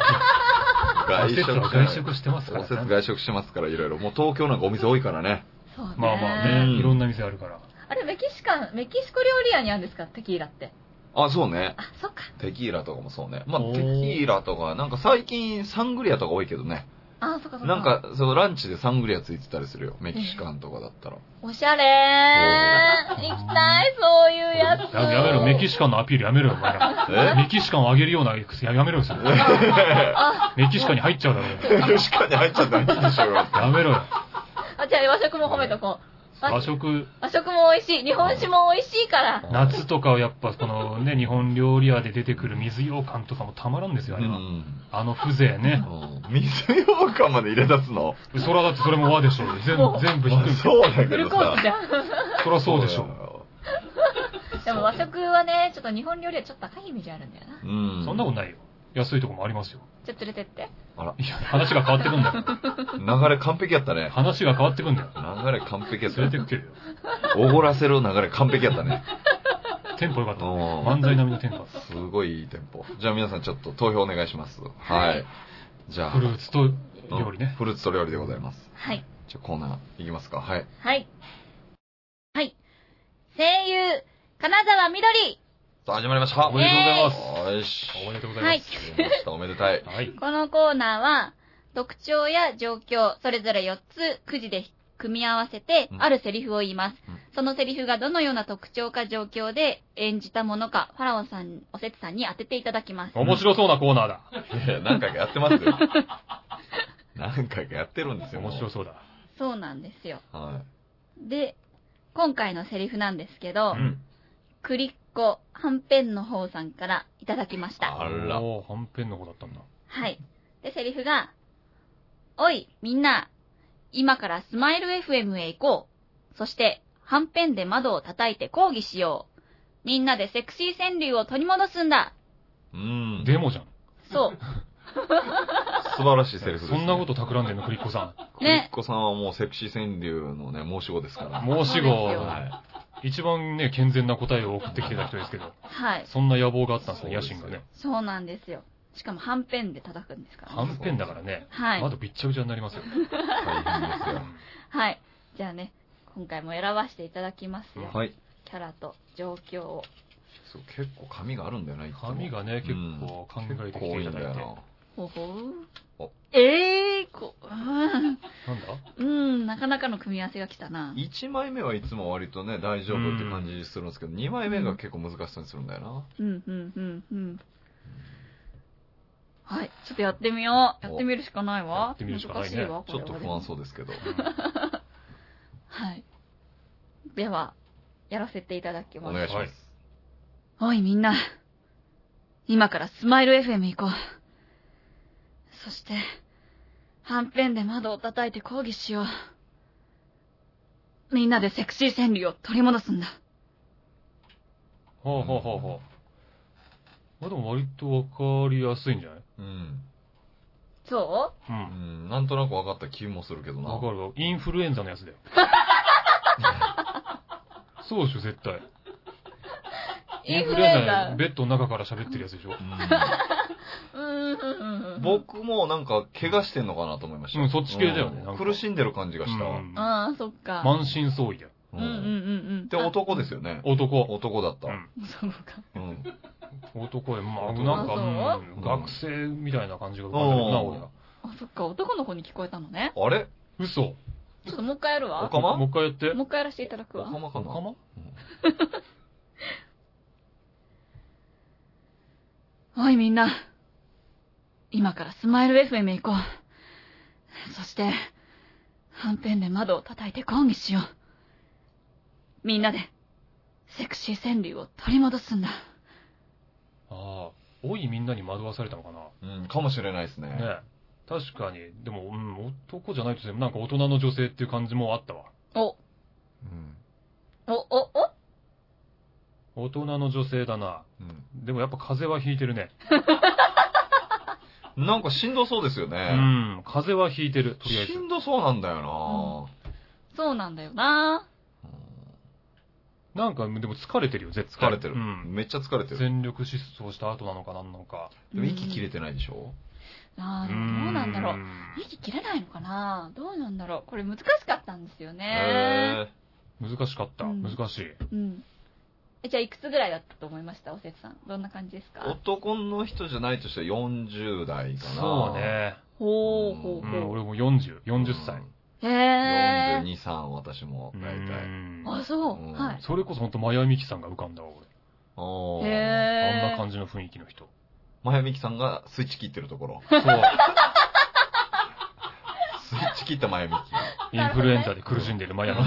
Speaker 1: お
Speaker 2: 外
Speaker 1: せ
Speaker 2: 食
Speaker 1: つは外食してますか
Speaker 2: お
Speaker 1: ら
Speaker 2: せつ
Speaker 1: ね。
Speaker 2: 外食してますから、いろいろ。もう東京なんかお店多いからね。
Speaker 3: そうね。
Speaker 1: まあまあ
Speaker 2: う
Speaker 1: ね、
Speaker 2: ん
Speaker 1: いろんな店あるから。
Speaker 3: あれ、メキシカン、メキシコ料理屋にあるんですかテキーラって。
Speaker 2: あ、そうね。
Speaker 3: あ、そっか。
Speaker 2: テキーラとかもそうね。まあ、
Speaker 1: おー
Speaker 2: テキーラとか、なんか最近サングリアとか多いけどね。
Speaker 3: あ、そっかそっか。
Speaker 2: なん、か、そのランチでサングリアついてたりするよ。メキシカンとかだった ら。
Speaker 3: おしゃれー。
Speaker 1: おー
Speaker 3: 行きたい、そういうやつ。
Speaker 1: ややめろ、メキシカンのアピールやめろよ、お前ら。
Speaker 2: え
Speaker 1: メキシカンを上げるような癖やめろよ、 それ。メキシカンに入っちゃうだろ。
Speaker 2: メキシカンに入っちゃったらいいでしょうよ。
Speaker 1: やめろ よ。
Speaker 3: あ、じゃあ和食も褒めとこう。
Speaker 1: 和
Speaker 3: 和
Speaker 1: 食、
Speaker 3: 和食も美味しい。日本酒も美味しいから。
Speaker 1: 夏とかはやっぱこのね、日本料理屋で出てくる水羊羹とかもたまらんですよ、あ
Speaker 2: う
Speaker 1: れは。
Speaker 2: ん。
Speaker 1: あの風情ね。
Speaker 2: うん水ようかんまで入れ出すの
Speaker 1: そらだってそれも和でしょ。全部、全部ひっくり
Speaker 2: そうだ
Speaker 3: フ
Speaker 2: けど
Speaker 3: ルコー
Speaker 2: さ
Speaker 3: スじ。ゃん。
Speaker 1: そらそうでしょ。
Speaker 3: でも和食はね、ちょっと日本料理はちょっと高いイメージあるんだよな。
Speaker 2: うん。
Speaker 1: そんなこと
Speaker 2: い。
Speaker 1: ないよ。安いとこもありますよ。
Speaker 3: ちょっと連れてって。
Speaker 2: あら、
Speaker 1: いや、話が変わってくんだよ。
Speaker 2: 流れ完璧やったね。
Speaker 1: 話が変わってくんだよ。
Speaker 2: 流れ完璧やった
Speaker 1: 連れて
Speaker 2: ね
Speaker 1: く。けるよ。
Speaker 2: おごらせる流れ完璧やったね。
Speaker 1: テンポよかっ
Speaker 2: う
Speaker 1: た。
Speaker 2: ん。
Speaker 1: 漫才並みのテンポ。
Speaker 2: すごいいいテンポ。じゃあ皆さんちょっと投票お願いします。はい。じゃあ
Speaker 1: フ、ルーツと料理
Speaker 2: うん
Speaker 1: ね。
Speaker 2: フルーツと料理でございます。
Speaker 3: はい。
Speaker 2: じゃあコーナーいきますか。はい。
Speaker 3: はい。はい。声優、金沢みどり。
Speaker 2: さあ始まりました。
Speaker 1: おめでとうございます。
Speaker 2: よし。
Speaker 1: おめでとうござい
Speaker 3: は
Speaker 1: ま
Speaker 3: い
Speaker 1: す。。
Speaker 2: 始まりましたおめでたい。
Speaker 1: はい。
Speaker 3: このコーナーは、特徴や状況、それぞれ4つ、くじで組み合わせて
Speaker 2: う、ん
Speaker 3: あるセリフを言います
Speaker 2: うん。
Speaker 3: そのセリフがどのような特徴か状況で演じたものか、ファラオさん、おせつさんに当てていただきます。
Speaker 1: 面白そうなコーナーだ。
Speaker 2: いや、何回かやってますよ。何回かやってるんですよ。もう
Speaker 1: 面白そうだ。
Speaker 3: そうなんですよ。
Speaker 2: は
Speaker 3: で、今回のセリフなんですけど、
Speaker 2: うん。
Speaker 3: クリッコはんぺんの方さんからいただきました。
Speaker 2: あら
Speaker 1: おーはんぺんの子だったんだ。
Speaker 3: はい。で、セリフが、おい、みんな、今からスマイル FM へ行こう。そして、はんぺんで窓を叩いて抗議しよう。みんなでセクシー川柳を取り戻すんだ。
Speaker 2: うん。
Speaker 1: デモじゃん。
Speaker 3: そう。
Speaker 2: 素晴らしいセリフです、
Speaker 1: そんなこと企んでんの、クリッコさ
Speaker 2: と。ね。っこさんはもうセクシー川柳のね、申し子ですから。
Speaker 1: ん。申し子、
Speaker 3: そうですよ
Speaker 2: は
Speaker 1: 一番ね、健全な答えを送ってきてた人ですけど、
Speaker 3: はい。
Speaker 1: そんな野望があったんですね、野
Speaker 2: そうです
Speaker 1: 心
Speaker 2: よ
Speaker 1: がね。
Speaker 3: そうなんですよ。しかも、はんぺんで叩くんですから、
Speaker 1: は
Speaker 3: ね。
Speaker 1: んぺんだからね、
Speaker 3: はい。
Speaker 1: まだびっちゃびちゃになりますよ。
Speaker 2: い。大変で
Speaker 3: はい。じゃあね、今回も選ばせていただきますよ。
Speaker 2: すよ。はい。
Speaker 3: キャラと状況を。
Speaker 2: そう、結構髪があるんだよね、いつも
Speaker 1: 髪がね、結構考えてきていただいて。
Speaker 2: 結構多んだ
Speaker 1: な
Speaker 2: よ
Speaker 3: ほほう
Speaker 2: お。
Speaker 3: ええー、こ、 うん
Speaker 1: んだ
Speaker 3: うん、なかなかの組み合わせが来たな
Speaker 2: な。1枚目はいつも割とね、大丈夫って感じするんですけど、2枚目が結構難しそうにするんだよな。
Speaker 3: うん、うん、うん、うん。はい、ちょっとやってみよう。
Speaker 2: お
Speaker 3: やってみるしかないわ。
Speaker 1: やってみるしかないね
Speaker 3: 難しいわ、こ
Speaker 2: ちょ
Speaker 3: れ
Speaker 2: っと
Speaker 3: は
Speaker 2: 不安そうですけど。
Speaker 3: はい。では、やらせていただき
Speaker 2: お
Speaker 3: ます。
Speaker 2: 願いします。
Speaker 3: おいみんな、今からスマイル FM 行こう。そして、はんぺんで窓を叩いて抗議しよう。みんなでセクシー川柳を取り戻すんだ。
Speaker 1: ほうほうほうほう。まあでも割とわかりやすいんじゃない。
Speaker 2: うん。
Speaker 3: そう
Speaker 2: うんん、なんとなく分かった気もするけどな。
Speaker 1: わかるわ。インフルエンザのやつだ よ。そうでしょ、絶対。
Speaker 3: うインフルエン
Speaker 1: の
Speaker 3: ザ。
Speaker 1: ベッドの中から喋ってるやつでしょ。
Speaker 3: うーん。
Speaker 2: 僕もなんか、怪我してんのかなと思いました。
Speaker 1: うんそっち系だよね
Speaker 2: うん
Speaker 1: なんか
Speaker 2: 苦しんでる感じがした。
Speaker 1: うん
Speaker 3: ああ、そっか。
Speaker 1: 満身創痍だよ。
Speaker 3: うんう
Speaker 2: う
Speaker 3: ん
Speaker 2: ん
Speaker 3: うんうん。
Speaker 2: で、男ですよね。
Speaker 1: 男。
Speaker 2: 男だった
Speaker 1: う。ん
Speaker 3: あ。そうか。
Speaker 2: うん。
Speaker 1: 男へ、まあ、
Speaker 2: 男
Speaker 1: なんか、
Speaker 2: そう
Speaker 1: うん学生みたいな感じが浮かんでるな、
Speaker 2: うん
Speaker 1: 俺ら。
Speaker 3: あ、そっか。男の子に聞こえたのね。
Speaker 2: あれ
Speaker 1: 嘘。
Speaker 3: ちょっともう一回やるわ。
Speaker 2: おかま
Speaker 1: もう一回やって。
Speaker 3: もう一回やらせていただく
Speaker 2: お
Speaker 3: わ。
Speaker 2: かまか
Speaker 1: お
Speaker 2: な
Speaker 1: かま
Speaker 3: おいみんな。今からスマイル FM へ行こう。そして、はんぺんで窓を叩いて抗議しよう。みんなで、セクシー川柳を取り戻すんだ。
Speaker 1: ああ、多いみんなに惑わされたのかな。
Speaker 2: うん、かもしれないですね。
Speaker 1: ね確かに。でも、うん、男じゃないとしても、なんか大人の女性っていう感じもあったわ。
Speaker 3: お、
Speaker 2: うん。
Speaker 3: お、お、お
Speaker 1: 大人の女性だな。でもやっぱ風邪はひいてるね。
Speaker 2: うんなんかしんどそうですよ
Speaker 1: う
Speaker 2: ね。
Speaker 1: ん、風邪はひいてる、とりあえず
Speaker 2: し。んどそうなんだよ
Speaker 3: そうなんだよな
Speaker 2: な
Speaker 1: なんか、でも疲れてるよ、絶
Speaker 2: 疲
Speaker 1: 対。
Speaker 2: れてる
Speaker 1: うん。
Speaker 2: めっちゃ疲れてる。
Speaker 1: 全力疾走した後なのかなんなのか。
Speaker 2: でも息切れてないでしょ
Speaker 3: ああ、でもどうなんだろう。
Speaker 1: ん
Speaker 3: 息切れないのかなどうなんだろう。これ難しかったんですよね。
Speaker 2: へ
Speaker 1: 難しかった。
Speaker 3: うん
Speaker 1: 難しい。
Speaker 3: うん。え、じゃあいくつぐらいだったと思いましたおせつさん。どんな感じです
Speaker 2: ー
Speaker 3: か
Speaker 2: 男の人じゃないとしては40代かな。
Speaker 1: そう。ね。
Speaker 3: ほうほう
Speaker 1: う
Speaker 3: ほ
Speaker 1: ん、
Speaker 3: う。
Speaker 1: 俺も40、40歳。
Speaker 3: へえ。
Speaker 2: 42、3私も、
Speaker 1: う
Speaker 2: 大体。
Speaker 1: ん
Speaker 3: あ、そう。
Speaker 2: うん
Speaker 3: はい。
Speaker 1: それこそ本当マヤミキさんが浮かんだわ、俺。
Speaker 2: お
Speaker 3: へ
Speaker 1: あん
Speaker 2: ー。
Speaker 1: な
Speaker 3: え。
Speaker 1: 感じの雰囲気の人。
Speaker 2: まやみきさんがスイッチ切ってるとこ ろ。
Speaker 1: そう。
Speaker 2: スイッチ切ったまやみ
Speaker 1: インフルエンザで苦しんでるマヤミ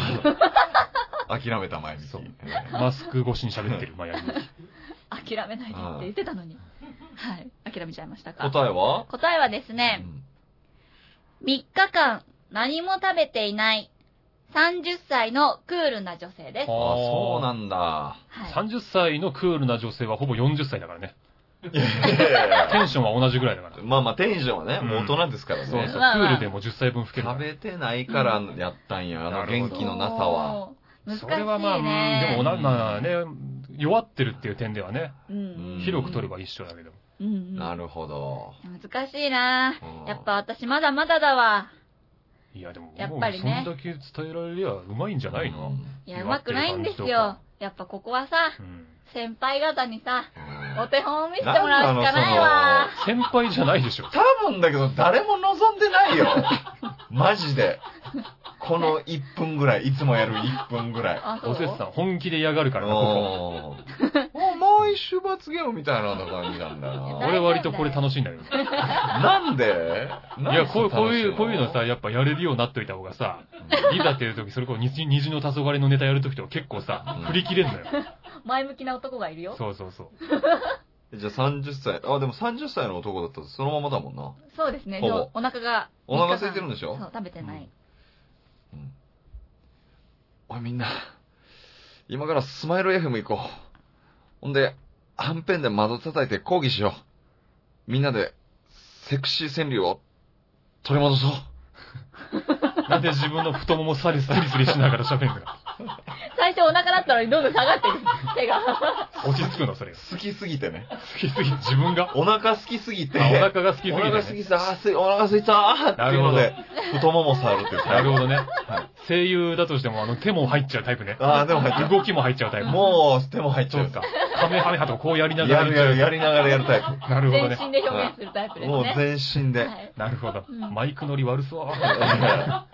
Speaker 1: キ。
Speaker 2: き。諦めたまやみき。
Speaker 1: そう
Speaker 2: えー
Speaker 1: マスク越しに喋ってるマヤミキ。
Speaker 3: 諦めないでって言ってたのに。はい。諦めちゃいましたか。
Speaker 2: 答えは
Speaker 3: 答えはですね、3日間何も食べていない30歳のクールな女性です。
Speaker 2: あ、そうな
Speaker 1: だ。
Speaker 2: んだ。
Speaker 3: はい。
Speaker 1: 30歳のクールな女性はほぼ40歳だからね。
Speaker 2: いやいやいや
Speaker 1: テンションは同じぐらいだから。
Speaker 2: まあまあ、テンションはね、
Speaker 1: うん
Speaker 2: もう大人ですから
Speaker 1: そう
Speaker 2: ね
Speaker 1: そう。ク。
Speaker 3: まあまあ
Speaker 1: ールでも10歳分吹けるか
Speaker 2: 食
Speaker 1: ら。
Speaker 2: べてないからやったんや、あの
Speaker 1: なるほ
Speaker 2: 元
Speaker 1: ど
Speaker 2: 気のなさは。
Speaker 3: そう。難しい
Speaker 1: そ
Speaker 3: ね。
Speaker 1: れはまあ、うんでも
Speaker 2: 同
Speaker 1: な、まあね、弱ってるっていう点ではね、
Speaker 3: うん
Speaker 1: 広く取れば一緒だけど。
Speaker 3: うんうん
Speaker 2: なるほど。
Speaker 3: 難しいな
Speaker 2: うん
Speaker 3: やっぱ私まだまだだわ。
Speaker 1: いや、でも、
Speaker 3: やっぱり
Speaker 1: も
Speaker 3: ね
Speaker 1: うそんだけ伝えられりゃうまいんじゃないの、
Speaker 2: うん
Speaker 3: いや、うまくないんです
Speaker 1: 弱っ
Speaker 3: よ。やっぱここはさ、
Speaker 1: うん
Speaker 3: 先輩方にさ、お
Speaker 2: 多
Speaker 3: 手本を見せてもらうしかないわ。
Speaker 1: 先輩じゃないでしょ。
Speaker 2: 分だけど、誰も望んでな いよ。マジで。この1分ぐらい、いつもやる1分ぐらい。
Speaker 3: あ、そう
Speaker 1: おせつさん、本気で嫌がるからな、こ
Speaker 2: おーもうもうい種罰ゲームみたいなの感じなんだ
Speaker 3: う
Speaker 2: な。
Speaker 1: 俺割とこれ楽しいんだよ。い
Speaker 2: なんで
Speaker 1: や、こうこういう、こういうのさ、
Speaker 2: い
Speaker 1: やっぱやれるようになっといた方がさ、いざっていう時、それこそ虹虹の黄昏のネタやる時とか結構さ
Speaker 2: うん、
Speaker 1: 振り切れんのよ。
Speaker 3: 前向きな男がいるよ。
Speaker 1: そうそうそう。
Speaker 2: じゃあ30歳。あ、でも30歳の男だったらそのままだもんな。
Speaker 3: そうですね。
Speaker 2: ほぼ
Speaker 3: そうお腹が。
Speaker 2: お腹空いてるんでしょ
Speaker 3: そう、食べてない。
Speaker 2: うん。おいみんな、今からスマイル FM 行こう。ほんで、はんぺんで窓叩いて抗議しよう。みんなで、セクシー川柳を取り戻そう。
Speaker 1: なんで自分の太ももさりスリスリしながら喋るんだ
Speaker 3: 最初お腹だったのにどんどん下がっていく。手が。
Speaker 1: 落ち着くの、それが。
Speaker 2: 好きすぎ てね。
Speaker 1: 好きすぎ、自分が。あ
Speaker 2: お腹好きすぎて。
Speaker 1: お腹が好きすぎ
Speaker 2: お
Speaker 1: て、
Speaker 2: 腹す
Speaker 1: ね。
Speaker 2: ぎて、あーすい、お腹すいたーっていうので、太もも触るっていう
Speaker 1: な
Speaker 2: タ
Speaker 1: る
Speaker 2: イプ。
Speaker 1: ほどね。声優だとしても、あの、手も入っちゃうタイプね。
Speaker 2: あーでも入っちゃ
Speaker 1: 動きも入っちゃうタイプ。
Speaker 2: う。もう、手も入っち
Speaker 1: そ
Speaker 2: ゃ
Speaker 1: う
Speaker 2: う。
Speaker 1: か。カメハメハとかこうやりなが
Speaker 2: や
Speaker 1: ら
Speaker 2: るやる、や
Speaker 1: る。
Speaker 2: りながらやるタイ
Speaker 1: なるほど
Speaker 3: 全
Speaker 1: ね。
Speaker 3: 身で表現するタイプ
Speaker 2: プ。
Speaker 3: ですね。
Speaker 2: もう全身で。
Speaker 3: はい。
Speaker 1: なるほど。
Speaker 3: うん
Speaker 1: マイク乗り悪そう。
Speaker 3: ファ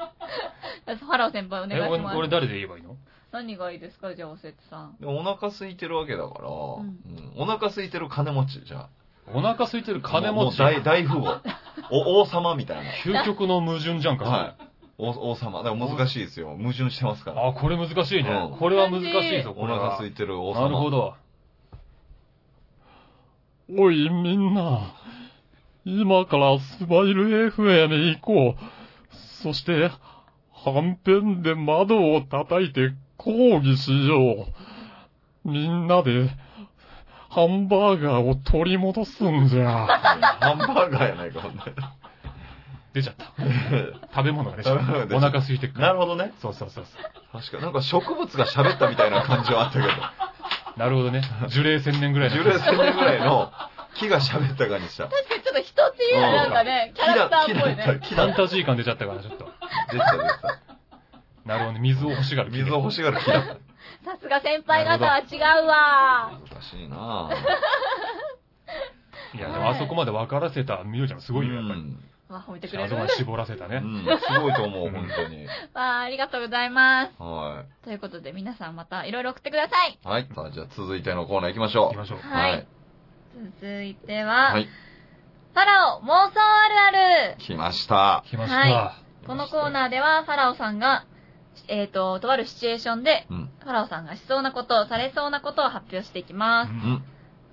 Speaker 3: ラオ先輩お願
Speaker 1: え、
Speaker 3: い
Speaker 1: 俺
Speaker 3: しま
Speaker 1: 俺
Speaker 3: す。
Speaker 1: 誰で言えばいいの
Speaker 3: 何がいいですかじゃあ、おせつさん。
Speaker 2: でお腹空いてるわけだから、
Speaker 3: ん
Speaker 2: うんお腹空いてる金持ちじゃ
Speaker 1: お腹空いてる
Speaker 2: あ。
Speaker 1: 金
Speaker 2: もうも
Speaker 1: 持
Speaker 2: う
Speaker 1: ち。
Speaker 2: 大、大富豪。お、王様みたい
Speaker 1: 究極の矛盾じゃんか、
Speaker 2: な。
Speaker 1: それ
Speaker 2: はい。王王様。だから難しいですよ。矛盾してますから。
Speaker 1: あ、これ難しいね
Speaker 2: う。ん
Speaker 1: これは難しいぞ、
Speaker 2: お
Speaker 1: これは。
Speaker 2: 腹空いてる王様。
Speaker 1: なるほど。おい、みんな。今からスマイル FM 行こう。そして、はんぺんで窓を叩いて抗議しよう。みんなで、ハンバーガーを取り戻すんじゃ。
Speaker 2: ハンバーガーやないか、ほんで。
Speaker 1: 出ちゃった。食べ物が出ちゃ
Speaker 2: 食
Speaker 1: っ
Speaker 2: べ物が
Speaker 1: た。
Speaker 2: 出ちゃ
Speaker 1: お
Speaker 2: った
Speaker 1: 腹空いてくか
Speaker 2: な
Speaker 1: ら。
Speaker 2: るほどね。
Speaker 1: そうそうそうそう。
Speaker 2: 確かなんか植物が喋ったみたいな感じはあったけど。
Speaker 1: なるほど ね。樹齢千年ぐらいの
Speaker 2: 10年1000年ぐらいの木が喋った感じした。
Speaker 3: 確かにちょっと人っていうのはなんかね、
Speaker 2: 木
Speaker 3: キャ
Speaker 2: だ
Speaker 3: ラクターっぽい
Speaker 2: 木だっ
Speaker 3: ね。
Speaker 2: た木
Speaker 1: フ
Speaker 2: だ
Speaker 1: ァ
Speaker 2: っ
Speaker 1: ンタジー感出ちゃったから、ちょっと。
Speaker 2: た。出てた出て
Speaker 1: なるほどね。水を欲しが
Speaker 2: た。
Speaker 1: る。
Speaker 2: 水を欲しがる木だった。
Speaker 3: さすが先輩方は違うわ。
Speaker 2: 難しいなぁ。
Speaker 1: いや、でもあそこまで分からせたみどりちゃんすごいよ、やっぱり。
Speaker 2: うん
Speaker 3: わ、褒めてくれ
Speaker 1: あ
Speaker 3: る
Speaker 1: そ。こまで絞らせた
Speaker 2: う
Speaker 1: ね。
Speaker 2: ん、すごいと思う、本当に。
Speaker 3: わあ、ありがとうございま
Speaker 2: は
Speaker 3: す。ということで、皆さんまたいろいろ送ってください。
Speaker 2: い。はい。さあ、じゃあ続いてのコーナー行きましょ
Speaker 1: 行きましょう。
Speaker 2: う。
Speaker 3: はい
Speaker 2: はい。
Speaker 3: 続いては、
Speaker 2: はい。
Speaker 3: ファラオ妄想あるある。
Speaker 2: 来ました。
Speaker 1: 来ました。
Speaker 3: はこのコーナーでは、ファラオさんが、えっ、と、とあるシチュエーションで、
Speaker 2: うん。
Speaker 3: ファラオさんがしそうなこと、されそうなことを発表していきま
Speaker 1: う
Speaker 3: す。
Speaker 2: うん
Speaker 1: ん。。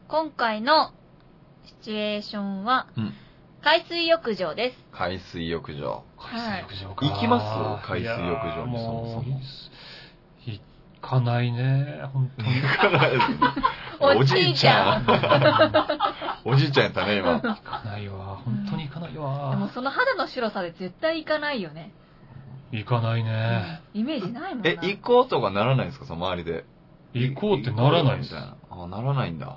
Speaker 3: 今回のシチュエーションは、
Speaker 2: うん
Speaker 3: 海水浴場です。
Speaker 2: 海水浴場。
Speaker 1: 海水浴場か。
Speaker 2: 行きます海水浴場に
Speaker 1: いやー
Speaker 2: そもそも
Speaker 1: う行かないね、本当に。
Speaker 2: おじいちゃん。 おじいちゃんやったね、
Speaker 1: 行
Speaker 2: 今。
Speaker 1: かないわ。本当に行かないわ。
Speaker 3: でもその肌の白さで絶対行かないよね。
Speaker 1: 行かないね。
Speaker 3: イメージないもんな。
Speaker 2: え、行こうとかならないんですか、その周りで。
Speaker 1: 行こうってならないんです
Speaker 2: 行こうみたいなあ、ならないんだ。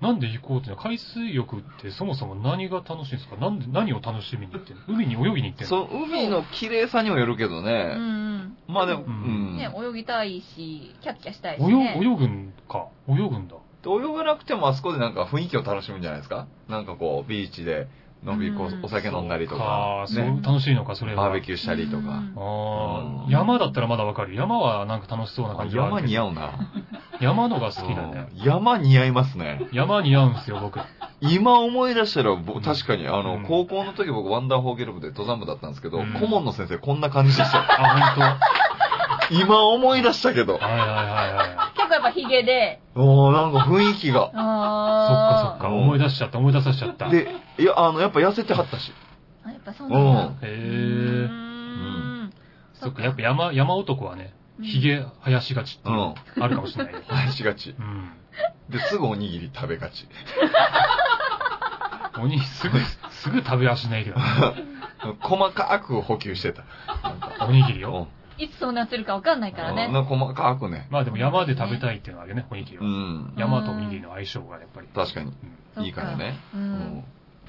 Speaker 1: なんで行こうってな海水浴ってそもそも何が楽しいんですかなんで、何を楽しみに行ってんの海に泳ぎに行ってんの
Speaker 2: そう、海の綺麗さにもよるけど
Speaker 3: う
Speaker 2: ね。
Speaker 3: んうん。
Speaker 2: まあでも、う
Speaker 1: うん
Speaker 2: ん。
Speaker 3: ね
Speaker 2: で、
Speaker 3: 泳ぎたいし、キャッキャしたいし、ね。
Speaker 1: 泳泳ぐんか。泳ぐんだ。
Speaker 2: 泳がなくてもあそこでなんか雰囲気を楽しむんじゃないですかなんかこう、ビーチで、のんびりこ
Speaker 3: う
Speaker 2: うんお酒飲んだりとか
Speaker 1: あ、あ、
Speaker 2: ね、
Speaker 1: そう楽しいのか、それは。
Speaker 2: バーベキューしたりとか。
Speaker 1: あ
Speaker 2: う
Speaker 1: あ、
Speaker 2: ん
Speaker 1: 山だったらまだわかる。山はなんか楽しそうな
Speaker 2: あ
Speaker 1: 感じはあ
Speaker 2: 山
Speaker 1: るけ
Speaker 2: 似
Speaker 1: ど。
Speaker 2: 合うな。
Speaker 1: 山のが好きだね。
Speaker 2: うん山似合いますね。
Speaker 1: 山似合うんすよ、僕。
Speaker 2: 今思い出したら、ぼ
Speaker 1: うん
Speaker 2: 確かに、あの、
Speaker 1: うん
Speaker 2: 高校の時僕、ワンダーフォーゲル部で登山部だったんですけど、
Speaker 1: うん
Speaker 2: 顧問の先生こんな感じ でしたよ。
Speaker 1: あ、
Speaker 2: 今思い出したけど
Speaker 1: 本当。。はいはいはいはい。
Speaker 3: 結構やっぱヒゲで、
Speaker 2: もうなんか雰囲気が。
Speaker 1: そっかそ
Speaker 3: あ
Speaker 1: っ
Speaker 3: ー
Speaker 1: か、思い出しちゃった、思い出させちゃった。へ
Speaker 2: で、いや、あの、やっぱ痩せてはったし。。
Speaker 3: あやっぱそううんなんだ。
Speaker 1: え。
Speaker 3: うん。
Speaker 1: そっか、やっぱ山、山男はね、髭生やしがちって
Speaker 2: う
Speaker 1: いうんの。あるかもしれない よ。
Speaker 2: 愛しがち。
Speaker 1: うん。
Speaker 2: で、すぐおにぎり食べがち。
Speaker 1: 鬼、すぐ、すぐ食べはしないけ ど、
Speaker 2: 細かく補給してた。なんか
Speaker 1: おにぎり
Speaker 2: う
Speaker 1: を。
Speaker 2: ん
Speaker 3: いつそうなってるかわかんないから
Speaker 2: うん
Speaker 3: ね。
Speaker 2: なんか細かくね。
Speaker 1: まあでも山で食べたいっていうのはあるよね、おにぎり
Speaker 2: う
Speaker 1: は。
Speaker 2: ん。
Speaker 1: 山とおにぎりの相性がやっぱり。
Speaker 2: 確かに。
Speaker 1: うん
Speaker 2: いいからね。
Speaker 3: う
Speaker 2: うんん。